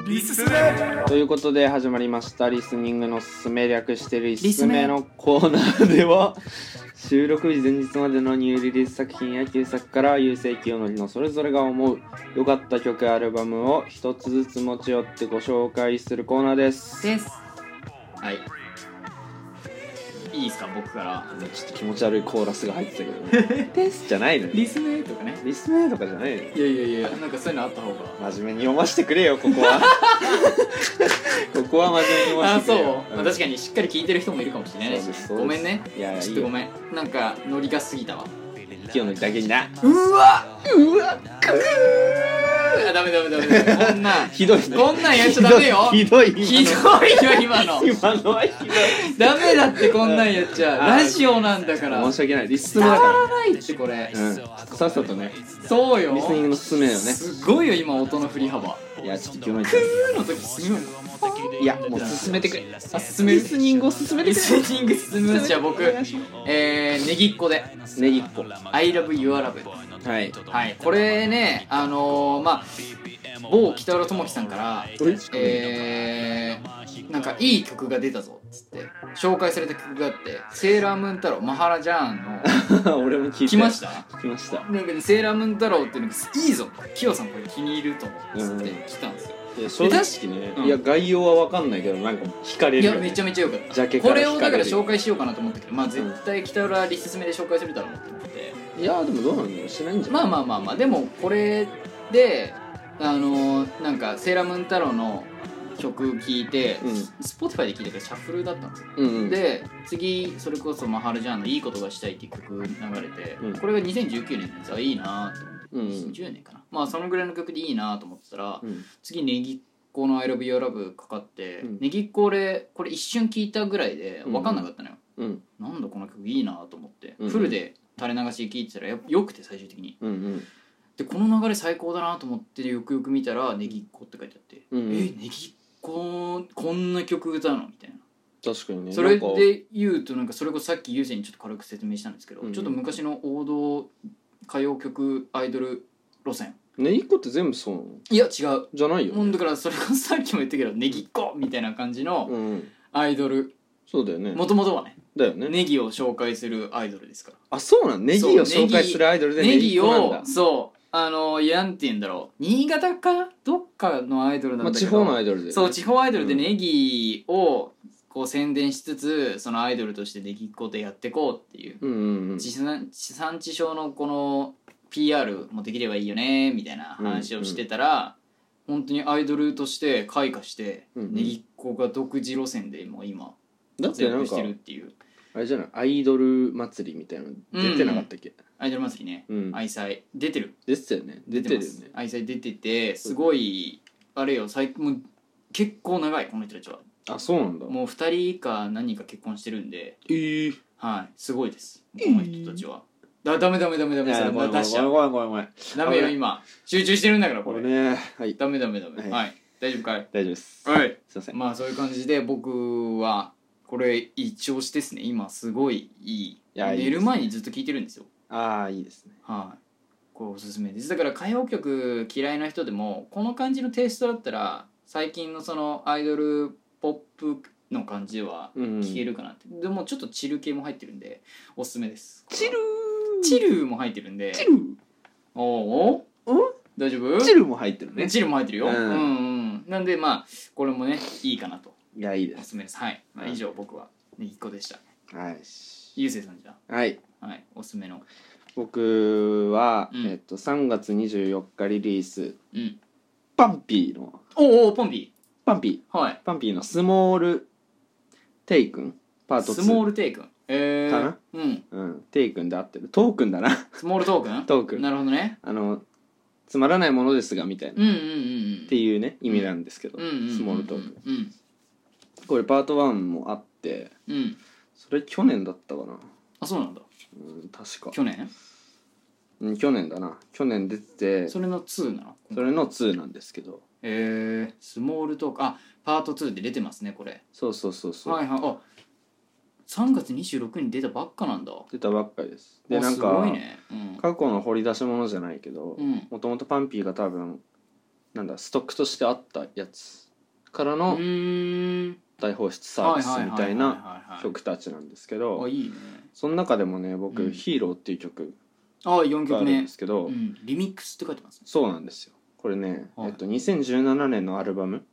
C: リスス
B: ということで始まりましたリスニングのすすめ略してリスメのコーナーでは収録日前日までのニューリリース作品や旧作から優勢清則のそれぞれが思う良かった曲やアルバムを一つずつ持ち寄ってご紹介するコーナーです
A: ですはいいいですか僕から
B: ちょっと気持ち悪いコーラスが入ってたけどね ですじゃないのよ
A: リスメとかね
B: リスメとかじゃないのよ
A: いやいやいやなんかそういうのあった方が
B: 真面目に読ませてくれよここは ここは真面目に読ま
A: あ
B: せて
A: そう
B: くれよ、
A: まあ
B: ん
A: 確かにしっかり聞いてる人もいるかもしれないし
B: そうですそうです
A: ごめんね
B: いやいや
A: ちょっとごめんなんかノリが過ぎたわ
B: 清則だけにな
A: うわうわくーあダメダメダメダメこんなん
B: ひどいね
A: こんなんやっちゃダメよ
B: ひどい
A: ひどいよ今の
B: 今のはひどい
A: ダメだってこんなんやっちゃ
B: あー
A: ラジオなんだから
B: 申し訳ないリス
A: 伝
B: ナーだ
A: わ
B: から
A: ないってこれ
B: らうんさっさとね
A: そうよ
B: らリスニングの勧めだよね
A: すごいよ今音の振り幅
B: いやちょっと今日
A: ク
B: の
A: ーの時すごい
B: いやもう進めてくれ
A: あ進める
B: リスニングを進めて
A: リ
B: く
A: ス
B: れ
A: ニング進むじゃあ僕えー、ネギっ子で
B: ネギっ
A: 「
B: 子
A: ILOVEYOURLOVE」
B: はい
A: はい、これね、あのーまあ、某北浦智樹さんから、えー、なんかいい曲が出たぞっつって、紹介された曲があって、セーラームーン太郎、マハラジャーンの、
B: 俺も聞い
A: 来
B: て
A: ま した
B: た来ました
A: なんかね、セーラームーン太郎っていうのが、いいぞ、キヨさんこれ気に入ると思うっつって
B: うん
A: 来たんですよ。
B: いや正直ね、いや概要は分かんないけどなんか惹かれ
A: い
B: るよ
A: や、
B: ね、
A: めちゃ
B: ゃ
A: めちゃよかった。
B: ジャケ
A: こ
B: から
A: れを
B: 惹
A: だ
B: か
A: か
B: れ
A: ら
B: る
A: 紹介しようかなと思ったけど、まあ絶対北浦リススメで紹介するだろうなと思って。
B: いやでもどうなんだろうしないんじゃない
A: まあまあまあまあでもこれであのーなんか「セーラームーン太郎」の曲聴いて、Spotify で聴いたけどシャッフルだったんですよ、
B: うんうんうん
A: で次それこそマハルジャーンの「いいことがしたい」っていう曲流れて、
B: うん
A: これが2019年なんですよいいなと思って、
B: うんうん
A: 20年かなまあそのぐらいの曲でいいなと思ってたら、
B: うん
A: 次ネギっ子の「ILOVEYOURLOVE」かかって、
B: うん
A: ネギっ子俺これ一瞬聴いたぐらいで分かんなかったのよ、
B: うん
A: なんだこの曲いいなと思って、
B: うん
A: フルで垂れ流しで聴いてたらやっぱよくて最終的に
B: うんうん
A: でこの流れ最高だなと思ってよくよく見たら「ネギっ子」って書いてあって「
B: うん
A: えネギっ子こんな曲歌うの?」みたいな
B: 確かにね
A: それで言うとなんかそれこそさっきゆうせいにちょっと軽く説明したんですけど、
B: うんうん
A: ちょっと昔の王道歌謡曲アイドル路線
B: ね一個って全部そうなの
A: いや違う
B: じゃないよ、
A: も
B: ね
A: うだからそれこそさっきも言ったけど「ネギっ子」みたいな感じの
B: うん、
A: アイドル
B: そうだよね
A: もともとはね
B: だよね
A: ネギを紹介するアイドルですから
B: あそうなんネギを
A: そうネ
B: 紹
A: ギ
B: 介するアイドルで
A: ネ
B: ネギ
A: ギ
B: っ子なんだ
A: をそうあのいやなんて言うんだろう新潟かどっかのアイドルなん
B: まあ、
A: だけ
B: 地
A: ど、
B: 方のアイドルで、ね、
A: そう地方アイドルで
B: うん
A: ネギをこう宣伝しつつそのアイドルとしてネギっ子でやってこうっていう
B: うんうんうん
A: 地産地産地消のこの PR もできればいいよねみたいな話をしてたら、本当にアイドルとして開花して、
B: うんうん
A: ネギっ子が独自路線でもう今
B: だっ
A: 活
B: てなん
A: 躍し
B: か
A: てるっていう
B: あれじゃないアイドル祭りみたいなの出てなかったっけ
A: アイドル祭りね、
B: うん、
A: 愛妻出てる
B: 出てたよね出てるよ
A: ます
B: ね
A: 愛妻出ててすごいあれよ最近もう結構長いこの人たちは
B: あそうなんだ
A: もう2人か何人か結婚してるんで
B: えー、
A: はい、すごいです。この人たちは。だ、ダメダメダメダ
B: い
A: メ、
B: や
A: そ
B: ごめ
A: れ
B: んごめん
A: 出しちゃう。
B: ごめんごめんごめん
A: ダメ
B: ご
A: よ、
B: めん
A: 今。集中してるんだから、こ
B: これ
A: れ。
B: ねはい
A: ダメダメダメ。
B: は
A: はい、大丈夫かい。
B: 大丈夫です
A: はい、
B: すいません
A: まあ、そういう感じで、僕は。これ一押しですね今すごいいい
B: いやいいです
A: 寝る前にずっと聴いてるんですよ
B: ああいいですね
A: はいこれおすすめですだから歌謡曲嫌いな人でもこの感じのテイストだったら最近のそのアイドルポップの感じは
B: うん
A: 消えるかなって、でもちょっとチル系も入ってるんでおすすめです
B: チル
A: チルも入ってるんで
B: チル
A: おうお
B: お
A: 大丈夫
B: チルも入ってるね
A: ねチルも入ってるよ、
B: う
A: うんん、うんなんでまあこれもねいいかなと
B: いやいいで
A: おす
B: す
A: すめですはい、まあ
B: うん
A: 以上僕はねぎっこでした
B: はい
A: ゆうせいさんじゃ
B: はい
A: あはいおすすめの
B: 僕は、
A: うん
B: えっと3月24日リリース
A: うん
B: パンピーの
A: おうおうポンピ
B: パンピー
A: ーはい
B: パンピーのスモールテイ君パート2
A: スモー
B: ル、
A: ルテイ君えー、
B: かな
A: うん
B: うん、テイ君で合ってるトークンだな
A: スモール トークン
B: トークン
A: なるほどね
B: あのつまらないものですがみたいな、
A: うんうんうんうん
B: っていうね意味なんですけど、
A: うんうんうんうん
B: スモールトーク
A: うん
B: これパート1もあって
A: うん
B: それ去年だったかな、
A: あそうなんだ
B: うん、確か
A: 去年
B: うん去年だな去年出てて
A: それの2なの
B: それの2なんですけど
A: えー、スモールトークあパート2で出てますねこれ
B: そうそうそうそう、
A: はいはいあ3月26日に出たばっかなんだ
B: 出たばっかりですで
A: あ
B: なん
A: す
B: か
A: ごいねうん
B: 過去の掘り出し物じゃないけど
A: うん
B: もともとパンピーが多分なんだストックとしてあったやつから
A: う
B: の
A: ーん
B: 大放出サービスみたいな
A: な
B: 曲たちなんですけ
A: あ
B: ど
A: いいね
B: その中でもね僕
A: うん
B: 「ヒーロー」っていう曲
A: あ4
B: があ
A: 曲
B: るん
A: 目
B: ですけど、
A: うんリミックスって書いてます
B: そうなんですよこれね、
A: はい
B: えっと、2017年のアルバム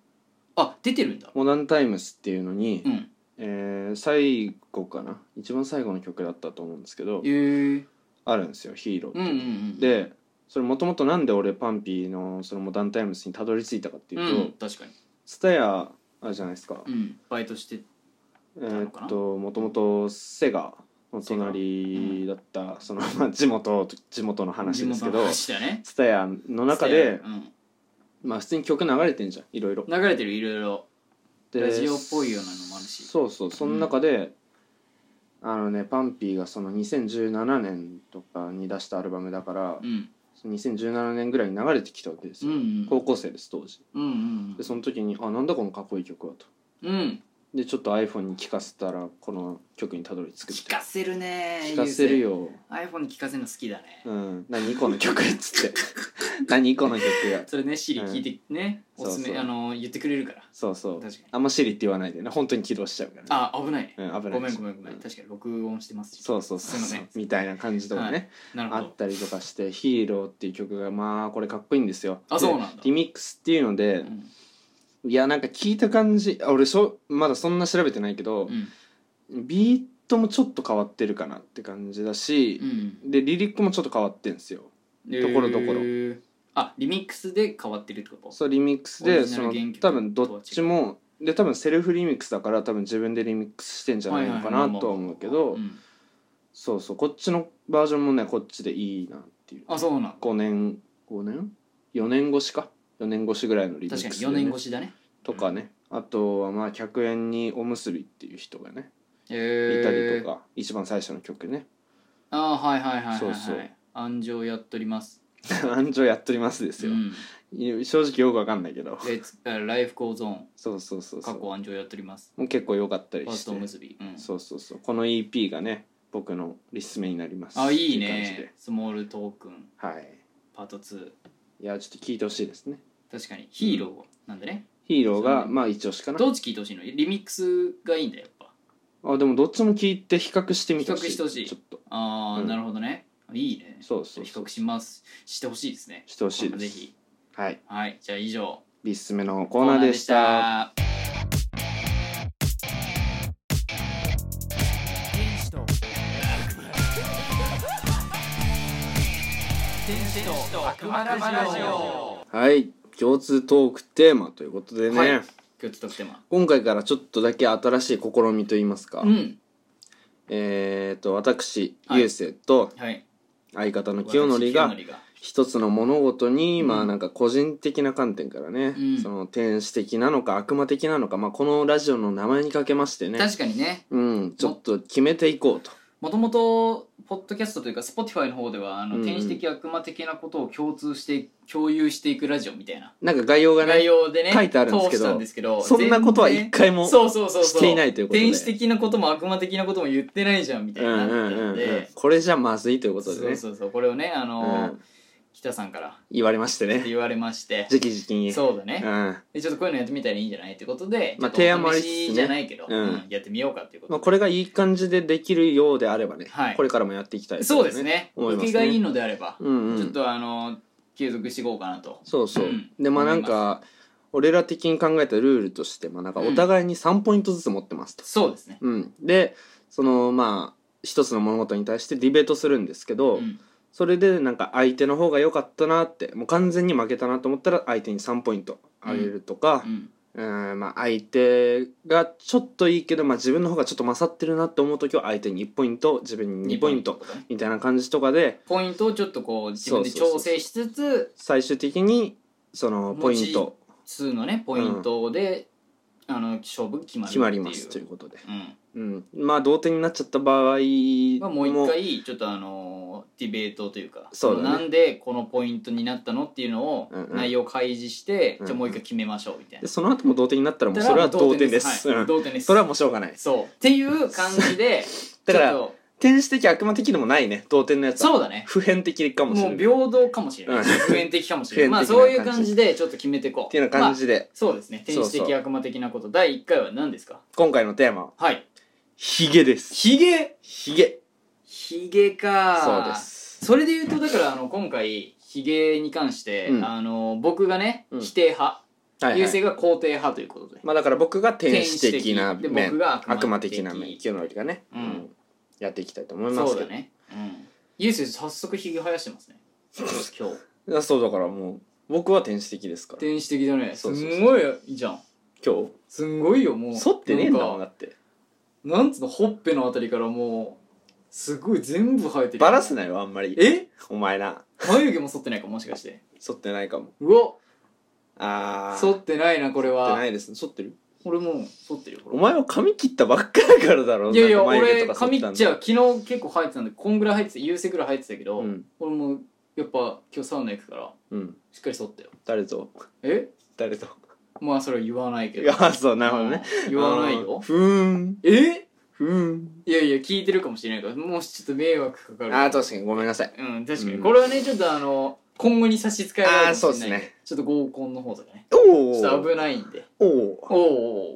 A: あ出てるんだ
B: 「モダンタイムス」っていうのに、
A: うん
B: えー最後かな一番最後の曲だったと思うんですけど
A: えー、
B: あるんですよ「ヒーロー」
A: うんうんうん
B: でそれもともとなんで俺パンピーのそのモダンタイムスにたどり着いたかって
A: う
B: いうと、
A: ん確かに
B: ツタヤあるじゃないですか、
A: うんバイトして
B: え
A: な
B: ー
A: のかな
B: っともともとセガの隣だった、そのまあ地元地元の話ですけど
A: 地元の話だよね
B: ツタヤの中で
A: うん
B: まあ普通に曲流れてんじゃんいろいろ
A: 流れてるいろいろ
B: で
A: ラジオっぽいようなのもあるし
B: そうそうその中で、あのねパンピーがその2017年とかに出したアルバムだから、
A: うん
B: その2017年ぐらいに流れてきたわけです
A: うん
B: よ、
A: うん
B: 高校生です当時
A: うん
B: でその時に「あなんだこのかっこいい曲は」と
A: うんうん
B: でちょっと iPhone に聴かせたらこの曲にたどり着くみ
A: 聞
B: たい
A: かせるね
B: な聴かせるよ
A: iPhone に聞かせるの好きだね、
B: うん何この曲っ つって何この曲や
A: それね Siri 聞いてね、
B: うん
A: おすすめ
B: そうそ
A: あ
B: う
A: の言ってくれるから
B: そうそう
A: 確かに
B: あんまシリって言わないでね本当に起動しちゃうから、ね、
A: あ危ないね
B: うん、危ない
A: ごめんごめんごめ
B: うん
A: 確かに録音してますし
B: そうそうそう
A: すい
B: そう
A: ま
B: みたいな感じとかね、
A: なるほ
B: あっ
A: ど
B: たりとかして「ヒーロー」っていう曲がまあこれかっこいいんですよ
A: あそうなんだ
B: でリミックスっていうので
A: う、ん
B: いやなんか聞いた感じあ俺しょまだそんな調べてないけど
A: う、ん
B: ビートもちょっと変わってるかなって感じだし
A: う、ん
B: でリリックもちょっと変わってんですよ
A: うん
B: ところどころ
A: えーあリミックスで変わってるってこと
B: そうリミックス
A: オリ
B: で
A: ジナ
B: そ
A: ル
B: の
A: 原曲
B: 多分どっちもで多分セルフリミックスだから多分自分でリミックスしてんじゃないのかなとは思うけど
A: ん
B: そうそうこっちのバージョンもねこっちでいいなっていう
A: あそうなんだ
B: 5年5年4年越しか4年越しぐらいのリミック
A: 確
B: ス
A: か
B: で
A: に4
B: ね、
A: 年越しだね
B: とかね、あとはまあ100円におむすびっていう人がね
A: え
B: いた
A: ー、
B: りとか、一番最初の曲ね
A: あーはいはいはいはい、はい、
B: そうそう
A: 安城やっとります
B: 「安城やっとります」ですよ、
A: うん
B: 正直よくわかんないけど
A: レッツあライフコーゾーン
B: そうそうそうそ
A: 過
B: う
A: 去安城やっとります
B: もう結構良かったり
A: ファー
B: し
A: スト
B: て
A: おむすび、うん、
B: そうそうそうこの EP がね僕のリスメになります
A: あいい
B: って感じで
A: ねスモールトークン
B: はい
A: パート2
B: いやちょっと聞いてほしいですね
A: 確かにヒーローなんだね、
B: ヒーロー
A: そう
B: が
A: ね
B: まあ一押しかな
A: どっち聞いてほしいのリミックスがいいんだよやっぱ
B: あでもどっちも聞いて比較してみてほし
A: 比較
B: い
A: してほしい
B: ちょっと
A: ああ、
B: うん
A: なるほどねいいね
B: そうそう
A: 比
B: そう
A: 較しますしてほしいですね
B: してほしいです
A: ぜひ
B: はい
A: はいじゃあ以上
B: リスメの
A: コ
B: コーナーでした
A: ーナーでし
C: 天使と天使と悪魔ラジオ
B: はい共通トークテーマということでね、
A: はいた今日特テーマ
B: 今回からちょっとだけ新しい試みといいますか、
A: うん
B: えー、と私
A: はい
B: ゆうせいと
A: はい
B: 相方の清則
A: 私
B: が
A: 清則が
B: 一つの物事に、
A: うん
B: まあなんか個人的な観点からね、
A: うん
B: その天使的なのか悪魔的なのか、まあ、このラジオの名前にかけましてね
A: 確かにね
B: うんちょっと決めていこうと
A: もともとポッドキャストというか Spotify の方ではあの、
B: うんうん
A: 天使的悪魔的なことを共通して共有していくラジオみたいな
B: なんか概要が
A: 内
B: ね
A: 容でね
B: 書いてあるんですけど
A: 通したんですけど
B: そんなことは
A: 回
B: 一回も
A: そうそうそうそう
B: していないということで
A: 天使的なことも悪魔的なことも言ってないじゃんみた
B: う
A: い
B: ん
A: な
B: う
A: なっ
B: ん
A: て
B: うん
A: たん
B: うん
A: で
B: これじゃまずいということでね
A: そうそうそうこれをねあのー
B: うん
A: 北さんから
B: 言われまして
A: って
B: ね
A: 言われまして
B: じきじきに
A: そうだね
B: うん
A: でちょっとこういうのやってみたらいいんじゃないってことで
B: ま
A: ちょっ
B: あ
A: と
B: 提案もありつつね
A: お試しじゃないけど
B: うん
A: うんやってみようかっていうこと
B: まあ、
A: で
B: これがいい感じでできるようであればね、
A: はい
B: これからもやっていきたいと
A: そうですね
B: 思います
A: 受
B: ね
A: けがいいのであれば
B: うんうん
A: ちょっとあの継続していこうかなと
B: そうそう、
A: うん
B: でまあなんか俺ら的に考えたルールとして、まあ、なんか
A: うん
B: お互いに3ポイントずつ持ってますと、
A: そうですね
B: うんでそのまあ一つの物事に対してディベートするんですけど、
A: うん
B: それでなんか相手の方が良かったなってもう完全に負けたなと思ったら相手に3ポイントあげるとか
A: う、ん
B: うんまあ、相手がちょっといいけど、まあ、自分の方がちょっと勝ってるなって思う時は相手に1ポイント自分に2ポイン
A: 二
B: ト
A: ポイント
B: みたいな感じとかで
A: ポイントをちょっとこう自分で
B: そう
A: 調
B: そうそう
A: 整しつつ
B: 最終的にそのポイント
A: 数のねポイントであの勝負決まるってい
B: 決
A: う
B: まりますということで、
A: うん
B: うん、まあ同点になっちゃった場合
A: まあ
B: も
A: もう一回ちょっとあのディベートというか
B: そうだ
A: な
B: ね
A: んでこのポイントになったのっていうのを
B: うんうん
A: 内容開示して
B: うんうん
A: じゃあもう一回決めましょうみたい
B: で
A: な
B: その後も同点になったらもうそれは同点です、
A: はい
B: うん
A: 同点です
B: それはもうしょうがない
A: そうっていう感じで
B: だから
A: ちょっ
B: 天使的悪魔的でもないね同点のや
A: と
B: つは
A: そうだね
B: 普遍的かもし
A: も
B: れ
A: う
B: ない
A: 平等かもしれな
B: う
A: い
B: ん
A: 普遍的かもしれないまあ
B: 普遍的な
A: そういう
B: 感じ
A: 感じでちょっと決めていこう
B: っていうような感じ
A: まあ
B: で、
A: そうですね天使
B: そう
A: 的
B: そう
A: 悪魔的なこと第1回は何ですか
B: 今回のテーマは
A: はい
B: ヒゲです
A: ひげ
B: ヒゲ
A: ひげか
B: そうです
A: それで言うとだからあの今回ひげに関して、
B: うん
A: あの僕がね、
B: うん
A: 否定派
B: はい、
A: 優
B: は
A: 勢
B: い、
A: が肯定派ということで、
B: まあだから僕が天使的な
A: 天使的で
B: 面
A: 僕が悪
B: 悪
A: 魔
B: 魔
A: 的
B: 的な面清則がね、
A: うん
B: やっていきたいと思いま
A: そ
B: す
A: う
B: け
A: だ
B: ど
A: ね、うん、優勢早速ひげ生やしてますね今日
B: いやそうだからもう僕は天使的ですから
A: 天使的だね
B: そうそうそう
A: すんごいじゃん
B: 今
A: すんごいよもう
B: 日剃ってねえんだも
A: な
B: んだ
A: んか
B: って
A: なんつうのほっぺのあたりからもうすごい全部生えてる
B: バラすなよあんまり
A: え
B: お前な
A: 眉毛も剃ってないかもしかして
B: 剃ってないかも
A: うわ
B: ああ
A: 剃ってないなこれ
B: ってな
A: はい
B: ですね剃ってる
A: 俺もう剃ってるよこれ
B: お前は髪切ったばっかだからだろ
A: いやいや
B: なんか眉
A: 俺
B: 毛とか剃
A: 髪
B: ったんだ
A: じゃあ昨日結構生えてたんでこんぐらい生えてて優勢ぐらい生えてたけど、
B: うん
A: 俺もやっぱ今日サウナ行くから
B: うん
A: しっかり剃ったよ
B: 誰と
A: え
B: 誰と
A: まあそれは言わないけ
B: い
A: ど
B: や そうなるほどね
A: うん言わないよ
B: ふーん
A: え
B: ふーん
A: いやいや聞いてるかもしれないからもしちょっと迷惑かかる
B: あー確かにごめんなさい
A: うん確かに、
B: うん
A: これはねちょっとあの今後に差し支えられるかもしれないけど
B: あーそうですね
A: ちょっと合コンの方とかね
B: おお
A: ちょっと危ないんで
B: おお
A: おうおう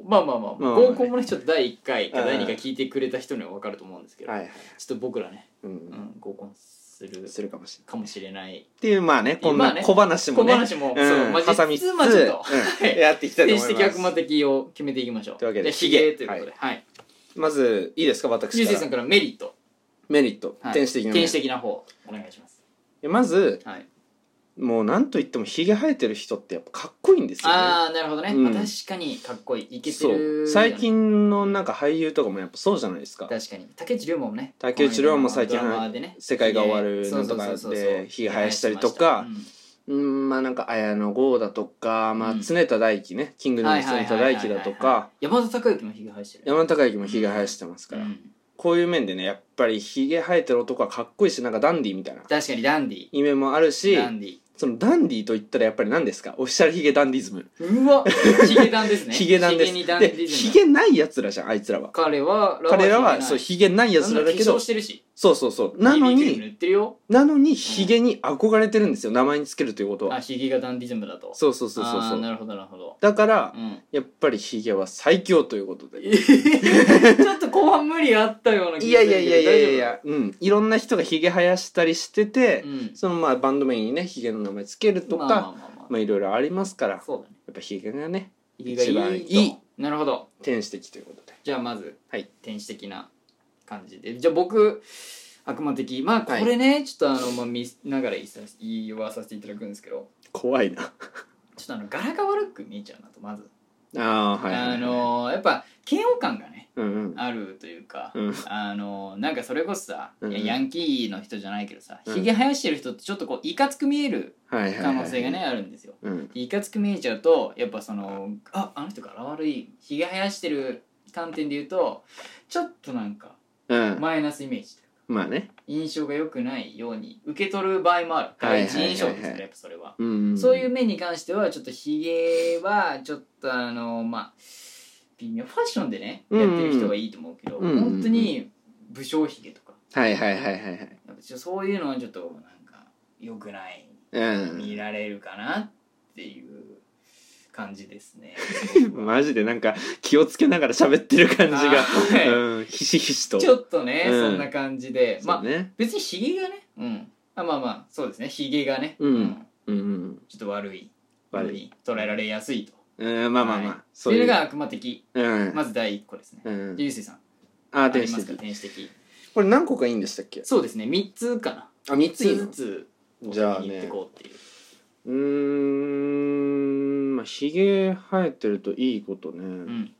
A: おうまあまあまあ、
B: まあまあね
A: 合コンもねちょっと第1回か
B: うん
A: 第2回聞いてくれた人には分かると思うんですけど、
B: はいはい
A: ちょっと僕らね、
B: う
A: うんん、合コンする
B: するかもしれない
A: かもしれない
B: っていうまあねこん
A: ま
B: な
A: あね
B: 小話も
A: 小
B: ね
A: 話も、
B: うん
A: そうまあ
B: 挟み
A: 実
B: つつ
A: はちょっと
B: うんやっていきたいと
A: 天
B: 思
A: 使
B: い
A: 的悪
B: ます
A: 魔的を決めていきましょう
B: というわけで
A: じゃあヒ
B: ヒ
A: ゲ
B: ゲ
A: ということではい
B: まずいいですか私
A: 流
B: か
A: 星
B: ら
A: さんからメリット
B: メリット
A: はい
B: 天使的な
A: 天使的な方お願いします
B: いやまず
A: はい
B: もうなんといってもひげ生えてる人ってやっぱかっこいいんですよね
A: ああなるほどね、
B: うん
A: まあ、確かにかっこいいいけて
B: そ
A: るよ
B: う
A: ね
B: 最近のなんか俳優とかもやっぱそうじゃないですか
A: 確かに竹内涼真もね
B: 竹内涼真も最近
A: この間のドラマでね
B: 世界が終わるなんとか
A: そうそうそうそう
B: でひげ生やしたりとか
A: うん
B: うんまあなんか綾野剛だとか、まあ、
A: うん
B: 常田大輝ねキングダムの常田大輝だとか
A: 山田孝之もひげ生やしてる
B: 山田孝之もひげ生やしてますから、
A: うん
B: こういう面でねやっぱりひげ生えてる男はかっこいいしなんかダンディーみたいな
A: 確かにダンディ
B: 意味もあるし
A: ダンディ
B: そのダンディーと言ったらやっぱり何ですかオフィシャルヒゲダンディズム
A: うわヒゲダンですね
B: ヒゲダンです
A: ヒゲにダンディ
B: で
A: ズ
B: ヒ
A: ム
B: ゲないやつらじゃんあいつらは
A: 彼は
B: 彼ら
A: ヒゲな
B: は
A: い
B: そうヒゲないやつら
A: な
B: だけ
A: んな化
B: ど
A: 粧してるし
B: そうそうそうなの
A: BB クリーム
B: に
A: 塗ってるよ
B: なのにヒゲに憧れてるんですよ名前につけるということ
A: あ
B: は
A: ヒゲがダンディズムだと
B: そうそうそうそう
A: あ
B: そ
A: ー
B: う
A: なるほどなるほど
B: だから
A: うん
B: やっぱりヒゲは最強ということで
A: ちょっと後半無理あったような気
B: い
A: が
B: や
A: する
B: いやいやいやいやい
A: いや
B: や、うん、いろんな人がヒゲ生やしたりしてて、
A: うん
B: そのまあバンド名にねヒゲの名前つけると
A: ま
B: か、
A: あ
B: ま
A: ま
B: あ
A: あまあま
B: いろいろありますから
A: あそうだね
B: やっぱヒゲがね
A: ヒゲがいい
B: 一番
A: と
B: いい
A: なるほど
B: 天使的ということで
A: じゃあまず、
B: はい
A: 天使的な感じでじゃあ僕悪魔的まあこ
B: はい
A: れね、ちょっとあの、まあ、見ながら言いさ言わさせていただくんですけど
B: 怖い
A: ち
B: な
A: ょっとあの柄が悪く見えちゃうなとまず、
B: ああーはいはいはい
A: あのーやっぱ嫌悪感がね
B: うんうん
A: あるというか、
B: うん
A: あのーなんかそれこそさ、
B: うん
A: いやヤンキーの人じゃないけどさ
B: うん
A: ひげ、生やしてる人ってちょっとこういかつく見える
B: はいはいはい
A: 可能性がね、あるんですよ
B: うん
A: いかつく見えちゃうとやっぱそのああの人柄悪いひげ生やしてる観点で言うとちょっとなんか
B: うん
A: マイナスイメージというか
B: まあね
A: 印象が良くないように受け取る場合もある
B: はいはいはい
A: 第
B: はい
A: 一印象ですからやっぱそれは、
B: うん
A: そういうう面に関してはちょっとひげはちょっとあのまあ微妙ファッションでねやってる人はいいと思うけど、
B: うんうんうん
A: 本当に武将ひげとか
B: はいはいはいはいはい
A: やっぱちょっとそういうのはちょっとなんか良くない
B: うん
A: 見られるかなっていう感じですね。
B: マジでなんか気をつけながら喋ってる感じ
A: あ
B: が、
A: ーはい
B: うん、ひしひしと
A: ちょっとね、
B: うん
A: そんな感じで、ま
B: そ
A: あ
B: うね
A: 別にひげがね、うん、あまあまあそうですねひげがね、
B: うんうんうん
A: ちょっと悪い
B: 悪い
A: い捉えられやすいと。
B: うんまあまあまあ、
A: はい
B: そ
A: そうれ
B: いう
A: が悪魔的
B: うん、
A: まず第一個ですね。
B: うん
A: でゆうせいさん
B: あ
A: あ
B: ー天
A: りま
B: 使
A: すか
B: 的
A: 天使的。
B: これ何個かいいんでしたっけ
A: そうですね三つかな。
B: あ三
A: 三つずつ
B: じゃあ
A: 言って
B: ね
A: こうっていう。
B: うーんまあひげ生えてるといいことね、
A: う
B: い
A: ん、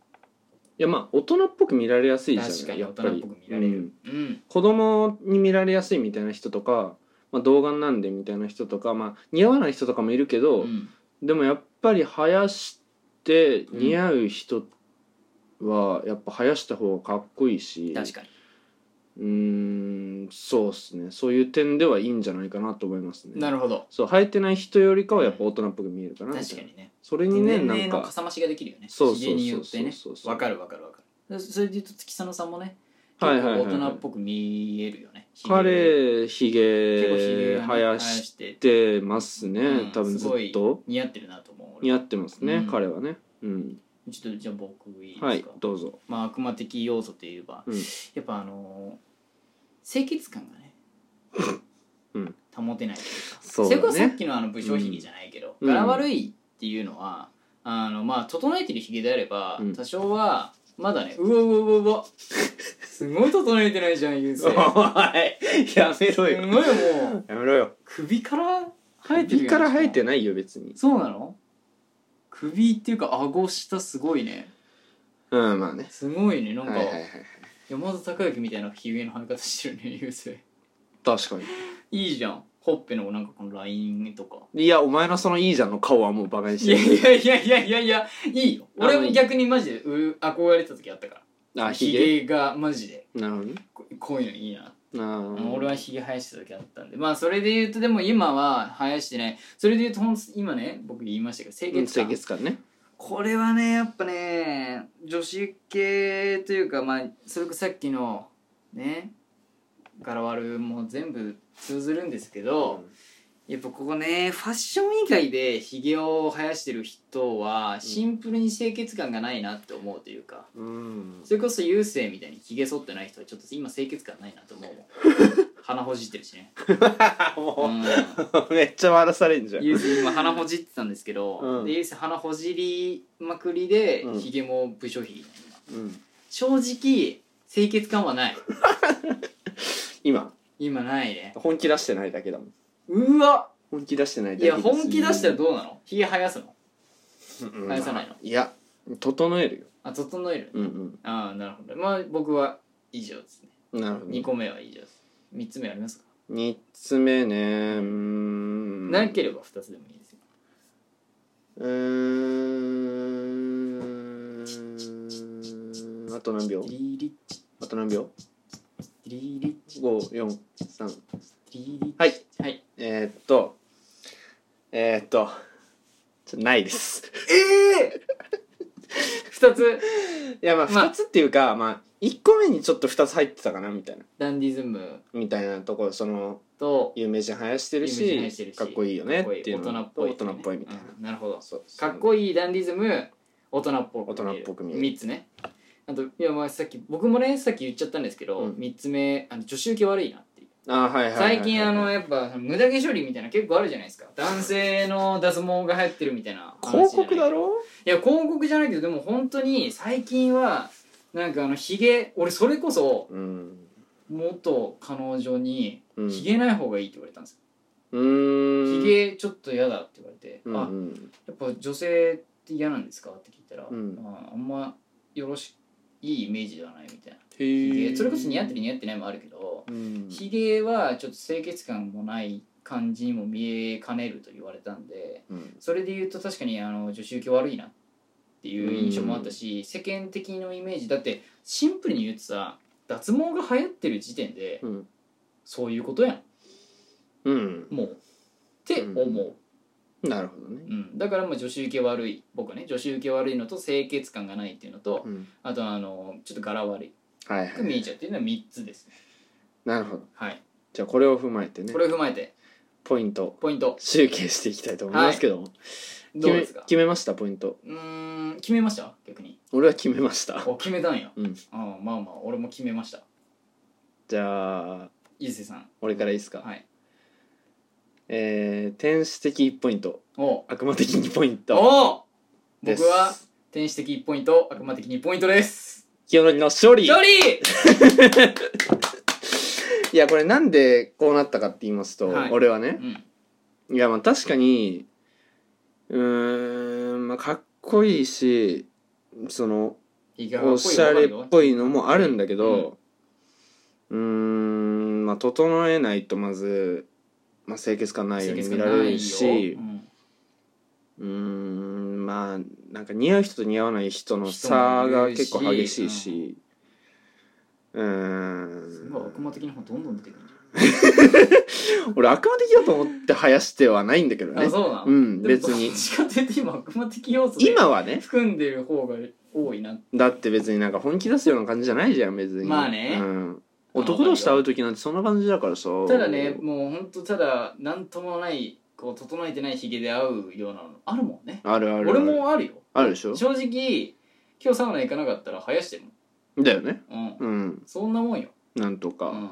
B: やまあ大人っぽく見られやすいじゃない
A: 確かに
B: や
A: 大
B: っ
A: 人
B: ぱ
A: っ
B: り
A: ぽく見られ
B: う
A: る
B: ん。
A: うん、
B: 子供に見られやすいみたいな人とか、まあ、童顔なんでみたいな人とか、まあ、似合わない人とかもいるけど、
A: うん、
B: でもやっぱり生やして似合う人はやっぱ生やした方がかっこいいし
A: 確かに。
B: うーんそうですねそういう点ではいいんじゃないかなと思いますね
A: なるほど。
B: そう生えてない人よりかはやっぱ大人っぽく見えるかなみたいな
A: 確かにね。
B: それにね
A: 年
B: な
A: 齢
B: ん
A: の
B: か
A: かさ増しができるよね
B: そうそう
A: ひげによってね
B: そうそうそう
A: わかるわかるわかるでそれで言うと月佐野さんもね
B: は
A: 結
B: いはいはい
A: 構大人っぽく見えるよねひげ
B: 彼ひ
A: 結構ひげ
B: げ
A: がね
B: 生や
A: 生や
B: し
A: して
B: てますね、
A: うん
B: 多分ず
A: すごい
B: っと
A: 似合ってるなと思う
B: 似
A: 俺
B: 合ってますね、
A: うん
B: 彼はね、うん、
A: ちょっとじゃあ僕いいですか、
B: はいどうぞ
A: まあ悪魔的要素といえば、
B: うん
A: やっぱあのー清潔感がね、
B: うん
A: 保てないというか
B: そう
A: それ
B: だね
A: こそさっきのあの武将ひげじゃないけど、
B: うん
A: 柄悪いっていうのはあのまあ整えてるひげであれば、
B: うん
A: 多少はまだねうわうわうわうわすごい整えてないじゃんゆう せい
B: やめ
A: す
B: ろ
A: ごい
B: よ
A: もう
B: やめろよ
A: 首から生えてる
B: 首から生えて
A: る
B: ないよ別に
A: そうなの首っていうか顎下すごいね
B: うんまあね
A: すごいねなんか、
B: はいはいはい
A: 山田孝之みたいなひげの生え方してるねゆうせい
B: 確かに
A: いいじゃんほっぺのなんかこのラインとか
B: いやお前のそのいいじゃんの顔はもうバカにし
A: いや
B: て
A: いやいやいやいやいやいいよ
B: あの
A: 俺も逆にマジでう憧れてた時あったか
B: る
A: ら
B: あ
A: ヒ
B: ひげ
A: ゲがマジで
B: なるほどね
A: ここういうのいいな
B: あー
A: 俺はひげ生やしてた時あったんでまあそれで言うとでも今は生やしてないそれで言うとほん今ね僕言いましたけど清
B: うん
A: 潔
B: 清
A: 感
B: 潔感ね
A: これはねやっぱね女子系というかまあそれこそさっきのねガラワルも全部通ずるんですけど、やっぱここねファッション以外でひげを生やしてる人はシンプルに清潔感がないなって思うというか、
B: うん
A: それこそ優勢みたいにひげ剃ってない人はちょっと今清潔感ないなと思うもん鼻ほじってるしね、う
B: も
A: ん、
B: うめっちゃ笑されんじゃん
A: ゆうせい今鼻ほじってたんですけど、
B: うん
A: でゆうせい鼻ほじりまくりで、
B: うん
A: ひげも部署費
B: うん
A: 正直清潔感はない
B: 今
A: 今ないね
B: 本気出してないだけだもん
A: うわ
B: 本気出してないだ
A: い
B: けで
A: や
B: す
A: 本気出したらどうなのひげ生やすの
B: うんうん
A: 返さないの
B: いや整えるよ
A: あ整える
B: うん
A: ああなるほどまあ僕は以上ですね
B: うんなるほど
A: 2個目は以上です3つ目ありますか、
B: 3つ目ねうーん
A: なければ2つでもいいですよ
B: うーんあと何秒
A: リリッチ
B: あと何秒
A: リリッチ
B: 543
A: リリッチ
B: はい
A: はい
B: えー、っとえー、っとちょないです
A: ええー、2つ
B: いやまあ
A: まあ
B: 2つっていうか、まあ1個目にちょっと2つ入ってたかなみたいな
A: ダンディズム
B: みたいなところその
A: と
B: 有名人生やしてる
A: 有名人
B: し
A: 生やしてるし
B: かっこいいよねっていうの
A: 大人っぽい
B: 大人っぽいみたいな、
A: うんなるほど
B: そう
A: かっこいいダンディズム大人っぽく
B: 大人っぽく見える
A: 3つねあといやまあさっき僕もねさっき言っちゃったんですけど、
B: うん
A: 3つ目あの女子受け悪いなっていう
B: あはいはいはいはい
A: 最近あのやっぱ無駄毛処理みたいな結構あるじゃないですか男性の脱毛が流行ってるみたいな話じゃない
B: 広告だろ
A: いや広告じゃないけどでも本当に最近はなんかあのヒゲ俺それこそ
B: うん
A: 元彼女に
B: うん
A: ヒゲない方がいいって言われたんですよ、
B: うーん
A: ヒゲちょっと嫌だって言われて、
B: うん
A: あ
B: うん
A: やっぱ女性って嫌なんですかって聞いたら、
B: うん
A: まあ、あんまよろしいいイメージではないみたいな
B: へ
A: ヒ
B: ー
A: ゲそれこそ似合ってる似合ってないもあるけど
B: うん
A: ヒゲはちょっと清潔感もない感じにも見えかねると言われたんで
B: うん
A: それで言うと確かにあの女子受け悪いなっていう印象もあったし世間的のイメージだってシンプルに言うとさ脱毛が流行ってる時点で
B: うん
A: そういうことやん
B: うん
A: もうって思う、
B: なるほどね
A: うん、だからまあ女子受け悪い僕はね女子受け悪いのと清潔感がないっていうのと、
B: うん
A: あとあのちょっと柄悪い
B: はいは
A: く見え
B: い
A: ちゃうっていうのは3つですね
B: なるほど
A: はい
B: じゃあこれを踏まえてね
A: これを踏まえて
B: ポイント
A: ポイント
B: 集計していきたいと思いますけども
A: どうです
B: 決め
A: か
B: 決めましたポイント
A: うーん決めました逆に
B: 俺は決めました
A: お決めたんや
B: うん
A: ああまあまあ俺も決めました
B: じゃあ
A: 伊勢さん
B: 俺からいいですか
A: はい
B: えー天使的1ポイント
A: おう
B: 悪魔的2ポイント
A: おう
B: です
A: 僕は天使的1ポイント悪魔的2ポイントです
B: 清則の勝利
A: 勝利
B: いやこれなんでこうなったかって言いますと、
A: はい
B: 俺はね
A: うん
B: いやまあ確かにうーんまあかっこいいしその
A: いかが
B: おしゃれっぽいのもあるんだけどうーんまあ整えないとまず、まあ、清潔感ないように見られるしうーんまあなんか似合う人と似合わない人の差が結構激しいしう
A: す
B: ー
A: ごい悪
B: ん
A: 魔的な方どんどん出てくるんじ
B: 俺悪魔的だと思って生やしてはないんだけど
A: ゃんあ
B: ね
A: そうなの
B: うん
A: でも
B: 別に
A: どっちかっていうと今悪魔的要素で
B: 今はね
A: 含んでる方が多いな
B: だって別になんか本気出すような感じじゃないじゃん別に
A: まあね
B: うん、男同士と会う時なんてそんな感じだからさ
A: ただねもうほんとただ何ともないこう整えてないヒゲで合うようなのあるもんね
B: あるあるある
A: 俺もあるよ
B: あるでしょ
A: 正直今日サウナ行かなかったら生やしてる
B: だよね
A: もん、うん、
B: うん
A: そんなもんよ、
B: なんとか、
A: うん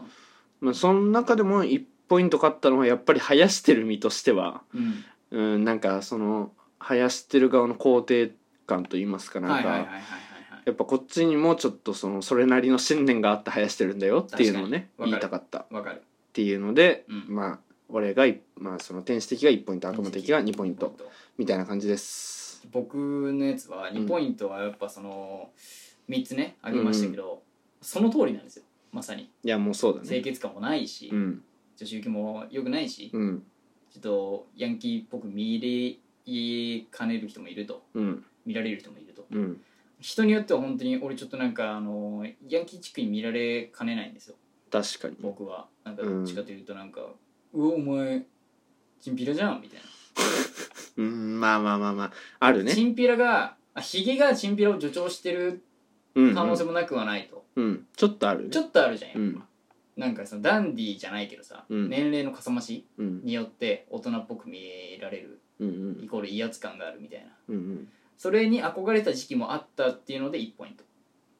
B: まあその中でも1ポイント勝ったのはやっぱり生やしてる身としては
A: うん、
B: うんなんかその生やしてる側の肯定感といいますかな
A: は
B: ん
A: い
B: か、
A: はいはいはいはい
B: やっぱこっちにもちょっとそのそれなりの信念があって生やしてるんだよっていうのをね
A: 確か
B: 言
A: に
B: い
A: わか
B: た
A: る
B: かったっ
A: わかる
B: ていうので、
A: うん
B: まあ俺がい、まあ、その天使的が1ポイント悪魔的が2ポイントみたいな感じです。
A: 僕のやつは2ポイントはやっぱその3つねあげましたけど、その通りなんですよまさに
B: いやもうそうだ
A: 清
B: ね。
A: 潔感もないし、
B: うん
A: 女子受けも良くないし、
B: うん
A: ちょっとヤンキーっぽく見れかねる人もいると
B: うん
A: 見られる人もいると
B: うん
A: 人によっては本当に俺ちょっとなんかあのヤンキー地区に見られかねないんですよ
B: 確かに
A: 僕はなんかどっちかというとなんか「うおお前チンピラじゃん」みたいな。
B: うんまあまあまあまああるね
A: チンピラがあヒゲがチンピラを助長してる
B: うんうん
A: 可能性もなくはないと、
B: うんちょっとあるね
A: ちょっとあるじゃんやっ
B: う
A: ぱ、
B: ん
A: なんかそのダンディーじゃないけどさ、
B: うん
A: 年齢のかさ増し
B: うん
A: によって大人っぽく見えられる
B: うんう
A: イ
B: ん
A: コール威圧感があるみたいな
B: うん
A: それに憧れた時期もあったっていうので1ポイント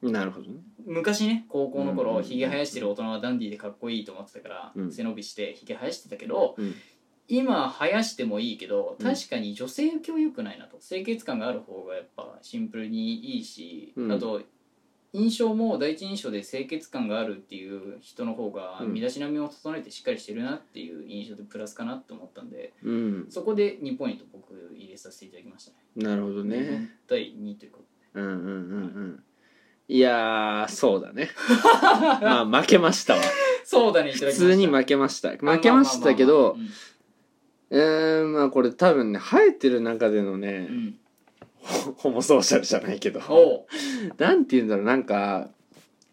B: うんなるほどね
A: 昔ね高校の
B: うんうん
A: 頃
B: うん
A: ヒゲ生やしてる大人はダンディーでかっこいいと思ってたから、
B: うん
A: 背伸びしてヒゲ生やしてたけど、
B: うん
A: 今生やしてもいいけど
B: うん
A: 確かに女性受けは良くないなと清潔感がある方がやっぱシンプルにいいし、
B: うん
A: あと印象も第一印象で清潔感があるっていう人の方が
B: うん
A: 身だしなみを整えてしっかりしてるなっていう印象でプラスかなと思ったんで
B: うん
A: そこで2ポイント僕入れさせていただきましたね
B: なるほどね
A: 第2ということで
B: うんうんうんうんいやーそう だねまあ負けましたわ
A: そうだねいただきまし
B: 普
A: た
B: 通に負けました負けましたけど
A: あまあまあまあうん
B: うーんまあこれ多分ね生えてる中でのね、
A: うん、
B: ホホモソーシャルじゃないけど
A: おう、
B: なんて言うんだろうなんか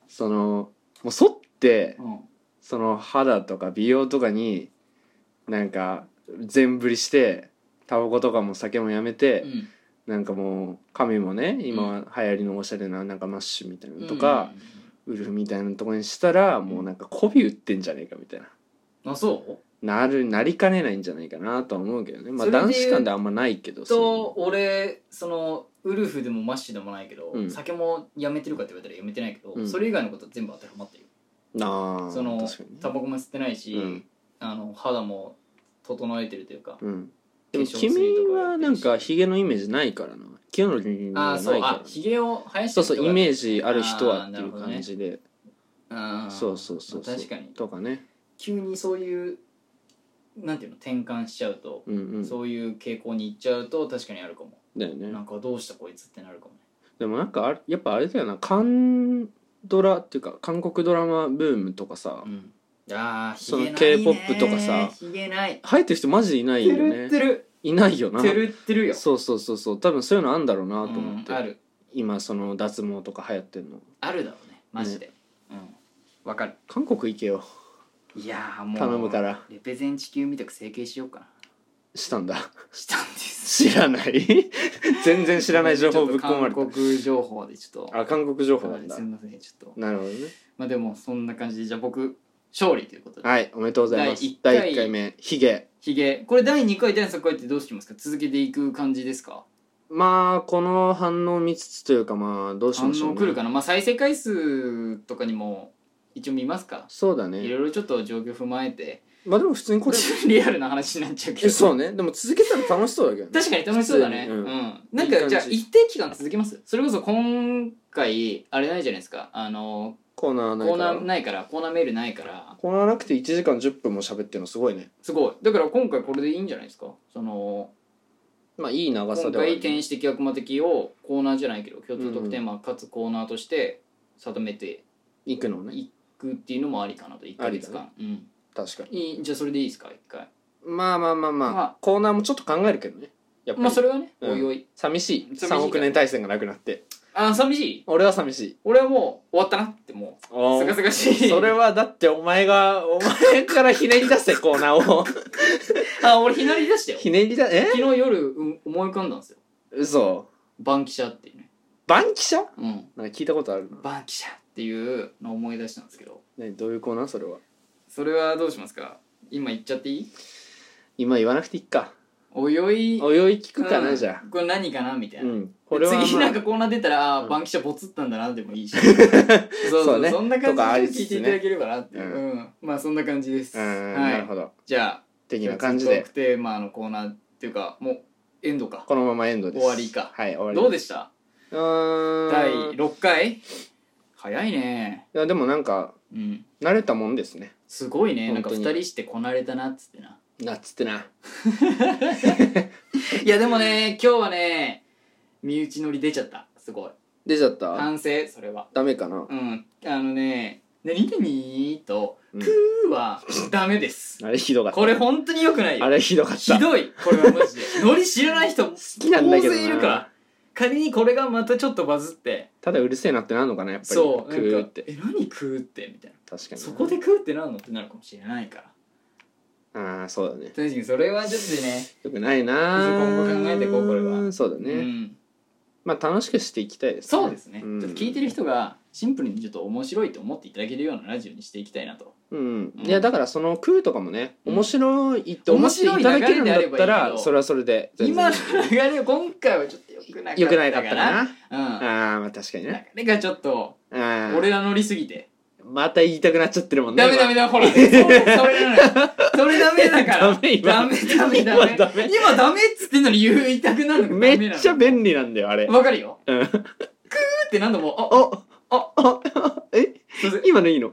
B: そのもう剃って
A: うん、
B: その肌とか美容とかになんか全振りしてタバコとかも酒もやめて、なんかもう髪もね今流行りのおしゃれななんかマッシュみたいなのとか、、ウルフみたいなとこにしたらもうなんか媚び売ってんじゃねえかみたいな。
A: うんあそ
B: なるなりかねないんじゃないかなとは思うけどねまあ
A: それで言
B: 男
A: う
B: 子間であんまないけど
A: う
B: そ
A: と俺そのウルフでもマッシュでもないけど、
B: うん
A: 酒もやめてるかって言われたらやめてないけど、
B: うん
A: それ以外のことは全部当てはまってるよ
B: ういうのあー
A: その
B: 確かにね
A: タバコも吸ってないし、
B: うん
A: あの肌も整えてるというか、
B: うん、
A: 化
B: でも
A: 粧水とか
B: 君はなんかヒゲのイメージないからな清野君に
A: あ
B: は
A: あ
B: ない
A: そう
B: から
A: あひげを生やして
B: そう
A: る
B: そ
A: 人
B: うイ
A: が
B: メージある人は
A: あー
B: ってい
A: なる
B: う
A: ほどね
B: 感じで
A: あー
B: そうそうそうそう
A: 確かに
B: とかね
A: 急にそういうなんていうの転換しちゃうと、
B: うんうん
A: そういう傾向に行っちゃうと確かにあるかも、
B: だよね
A: なんかどうしたこいつってなるかもね
B: でもなんかあれやっぱあれだよな韓ドラっていうか韓国ドラマブームとかさ、
A: うん、あー
B: その
A: ひげないね
B: K-POP とかさ
A: ひげない
B: 生えてる人マジでいない
A: て
B: よ
A: るって
B: ね
A: る
B: いないよな
A: てるってるよ
B: そうそうそうそう多分そういうのあんだろうなと思って、
A: うんある
B: 今その脱毛とか流行ってるの
A: あるだろうねマジで、うんわかる
B: 韓国行けよ
A: いやーもう
B: 頼むから
A: レペゼン地球みたく整形しようかな
B: したんだ
A: したんです
B: 知らない 全然知らない情報ぶっ込まれ
A: ちょっと韓国情報でちょっと
B: たあ韓国情報なんだ
A: すみませんちょっと
B: なるほどね
A: まあでもそんな感じでじゃあ僕勝利ということで
B: はいおめでとうございます
A: 第
B: 第
A: 一回
B: 1, 回目ヒゲ
A: ひげこれ第2回第3回ってどうしますか続けていく感じですか
B: まあこの反応見つつというかまあどうし
A: 反
B: ましょう、
A: 応
B: ね、
A: 来るかなまあ再生回数とかにも一応見ますか
B: そうだ
A: い
B: ね
A: ろいろちょっと状況踏まえて
B: まあでも普通にこれ
A: リアルな話になっちゃうけ
B: え
A: ど
B: そうねでも続けたら楽しそうだけどね
A: 確かに楽しそうだね
B: 普
A: う
B: 通に
A: ん、
B: うん
A: なん
B: いい
A: か
B: 感じ
A: じゃあ一定期間続きますそれこそ今回あれないじゃないですかあの
B: コーナーない
A: コー
B: か
A: ナ
B: ら
A: ーないからコーナーメールないから
B: コーナーなくて1時間10分も喋ってるのすごいね
A: すごいだから今回これでいいんじゃないですかその
B: まあいい長さ
A: 今
B: ではある
A: 回天使的悪魔的をコーナーじゃないけど共通得点まあかつコーナーとして定めて
B: 行くのね
A: いくっていうのもありかなと1ヶ月間、うん
B: 確かに
A: いいじゃあそれでいいですか一回
B: まあまあまあまあ、
A: まあ
B: コーナーもちょっと考えるけどねやっぱり、
A: まあそれはね、
B: うん
A: おいおい
B: 寂しい
A: 寂しい
B: 3億年対戦がなくなって
A: あ寂しい
B: 俺は寂しい
A: 俺はもう終わったなってもうすがすがしい
B: それはだってお前がお前からひねり出せコーナーを
A: あ俺 ひなり出したよ
B: ひねりだえ
A: 昨日夜うん思い浮かんだんですよ
B: 嘘
A: バンキシャっていうね
B: バンキシャ
A: うん
B: なんか聞いたことあるな
A: バンキシャっていうのを思い出したんですけど
B: 何どういうコーナーそれは
A: それはどうしますか今言っちゃっていい
B: 今言わなくていいか
A: おいおい
B: おいおい聞くか
A: う
B: なんじゃ
A: これ何かなみた
B: あ
A: いうな、
B: んこれは、まあ、
A: 次なんかコーナー出たら、
B: うん
A: バンキシャボツったんだなでも いいしそうそう
B: そうね
A: そんな
B: とかあ
A: 感
B: り
A: じ
B: つつ
A: で聞いて
B: ね
A: いただければなっていう、
B: う
A: うんまあそんな感じです、
B: うん、
A: は
B: ないるほど
A: じゃあ
B: 的な感じで
A: トークテーマのコーナーっていうかもうエンドか
B: このままエンドです
A: 終わりか
B: はい終わり
A: どうでした
B: うーん
A: 第6回早いね
B: いやでもなんか
A: うん
B: 慣れたもんですね
A: すごいねなんか
B: 本
A: 2
B: 当に
A: 人してこなれたなっつってな
B: なっつってない
A: やでもね今日はね身内乗り出ちゃったすごい
B: 出ちゃった
A: 反省それは
B: ダメかな
A: うんあのね何々と、
B: うん
A: くーはダメです。
B: あれひどかった
A: これ本当に良くない
B: あ
A: よ。
B: れひどかった
A: ひどい。これはマジで。ノリ知らない人、好
B: きなんだけどな
A: 大勢いるから。仮にこれがまたちょっとバズって、
B: ただうるせえなってなるのかなやっぱり
A: そう、
B: 食う
A: な
B: っ
A: んか
B: て、
A: え、何食うってみたいな。
B: 確かに
A: そこで食うってなるのってなるかもしれないから。
B: ああそうだね
A: 確かにそれはちょっとね、
B: よくないな
A: ちょっと今後考えてこうこれは
B: そうだね、
A: うん、
B: まあ楽しくしていきたいです
A: そうですね、
B: うん
A: ちょっと聞いてる人がシンプルにちょっと面白いと思っていただけるようなラジオにしていきたいなと
B: うん、
A: うん
B: いやだからその食うとかもね、
A: うん
B: 面白いって思っていただけるんだっ
A: 面白い流れ
B: た
A: であればいい
B: ら
A: けど
B: それはそれで全
A: 今
B: 然
A: の流れ今回はちょっと良くなかったかな
B: 良くないかったか な
A: うん
B: あーまあ確かにね
A: 流れがちょっと
B: あー
A: 俺ら乗りすぎて
B: また言いたくなっちゃってるもんね
A: ダメダメダメ ほらそれそれなのよそれダメだから
B: ダメ今
A: ダメダメダメ
B: 今ダメ
A: 今ダメっつってんのに言いたくなるのがダ
B: 今
A: メなの
B: めっちゃ便利なんだよあれ
A: わかるよ
B: うん
A: って何度もあ
B: お
A: あ
B: あえ
A: すいません
B: 今のいいの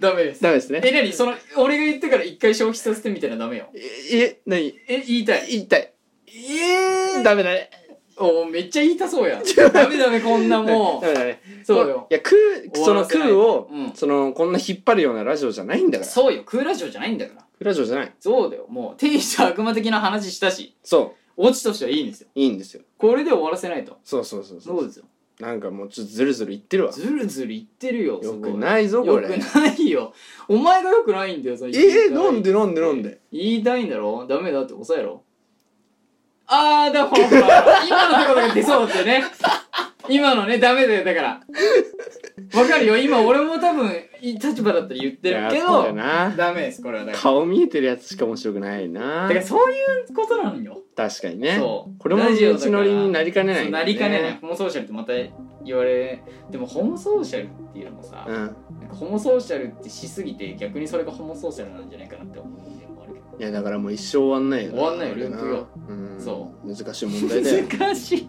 A: ダメです
B: ダメですね
A: え何その俺が言ってから一回消費させてみたいなダメよ
B: ええ何
A: え言いたい
B: 言いたいえダメだね
A: おーめっちゃ言いたそうやん ダメダメこんなも
B: ダメだね
A: うそうよ
B: いや食う
A: 終
B: そ
A: わ
B: の
A: らせない
B: 食うを、
A: うん
B: そのこんな引っ張るようなラジオじゃないんだから
A: そうよクーラジオじゃないんだから
B: ラジオじゃない
A: そうだよもう天使と悪魔的な話したし
B: そ
A: オチとしてはいいんですよ
B: ういいんですよ
A: これで終わらせないと
B: そうそうそうそ
A: そう
B: う
A: ですよ
B: なんかもうちょっとずるずる言ってるわ
A: ずるずる言ってるよ
B: よ
A: そこ
B: くないぞこ
A: よく
B: れ
A: ないよお前がよくないんだよそれ
B: えー、なんでなんでなんで
A: 言いたいんだろダメだって抑えろあーだほらほら今のところが出そうだったよね今のねダメだよだからわかるよ今俺も多分いい立場だったら言ってるけ
B: いやそうだ
A: ど
B: よな
A: ダメですこれはだから
B: 顔見えてるやつしか面白くないな
A: だからそういうことなのよ
B: 確かにね
A: そう
B: これも
A: ラジオだか
B: 道
A: ら
B: のりになりかねな
A: そ
B: いん
A: う
B: だ
A: な
B: よね
A: りかねないホモソーシャルってまた言われでもホモソーシャルっていうのもさ、
B: うん
A: なんかホモソーシャルってしすぎて逆にそれがホモソーシャルなんじゃないかなって思う面もあるけど
B: いやだからもう一生終わんないよ
A: 終わんないよ
B: これ
A: ループよ
B: うん
A: そ
B: 難しい問題だよ
A: 難しい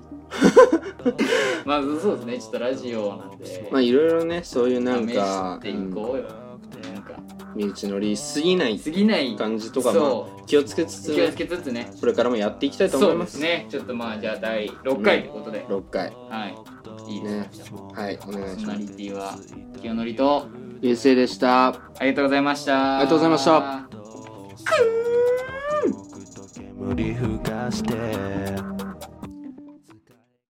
A: まあそうですねちょっとラジオなんで、
B: まあいろいろねそういうなんか
A: 試していこうよ、なんか
B: うん身内乗りすぎない
A: 過ぎない
B: 感じとか
A: そ
B: も気をつけつつ
A: 気をつけつつね
B: これからもやっていきたいと思
A: そ
B: いうま
A: ですすねちょっとまあじゃあ第6回ということで、
B: 6回
A: はいいいです
B: ね
A: ね
B: はいお
A: パ
B: 願い
A: ー
B: し
A: ソナ
B: ます
A: リティは清則と
B: 流星でした
A: ありがとうございました
B: ありがとうございました
D: 僕と煙ふかして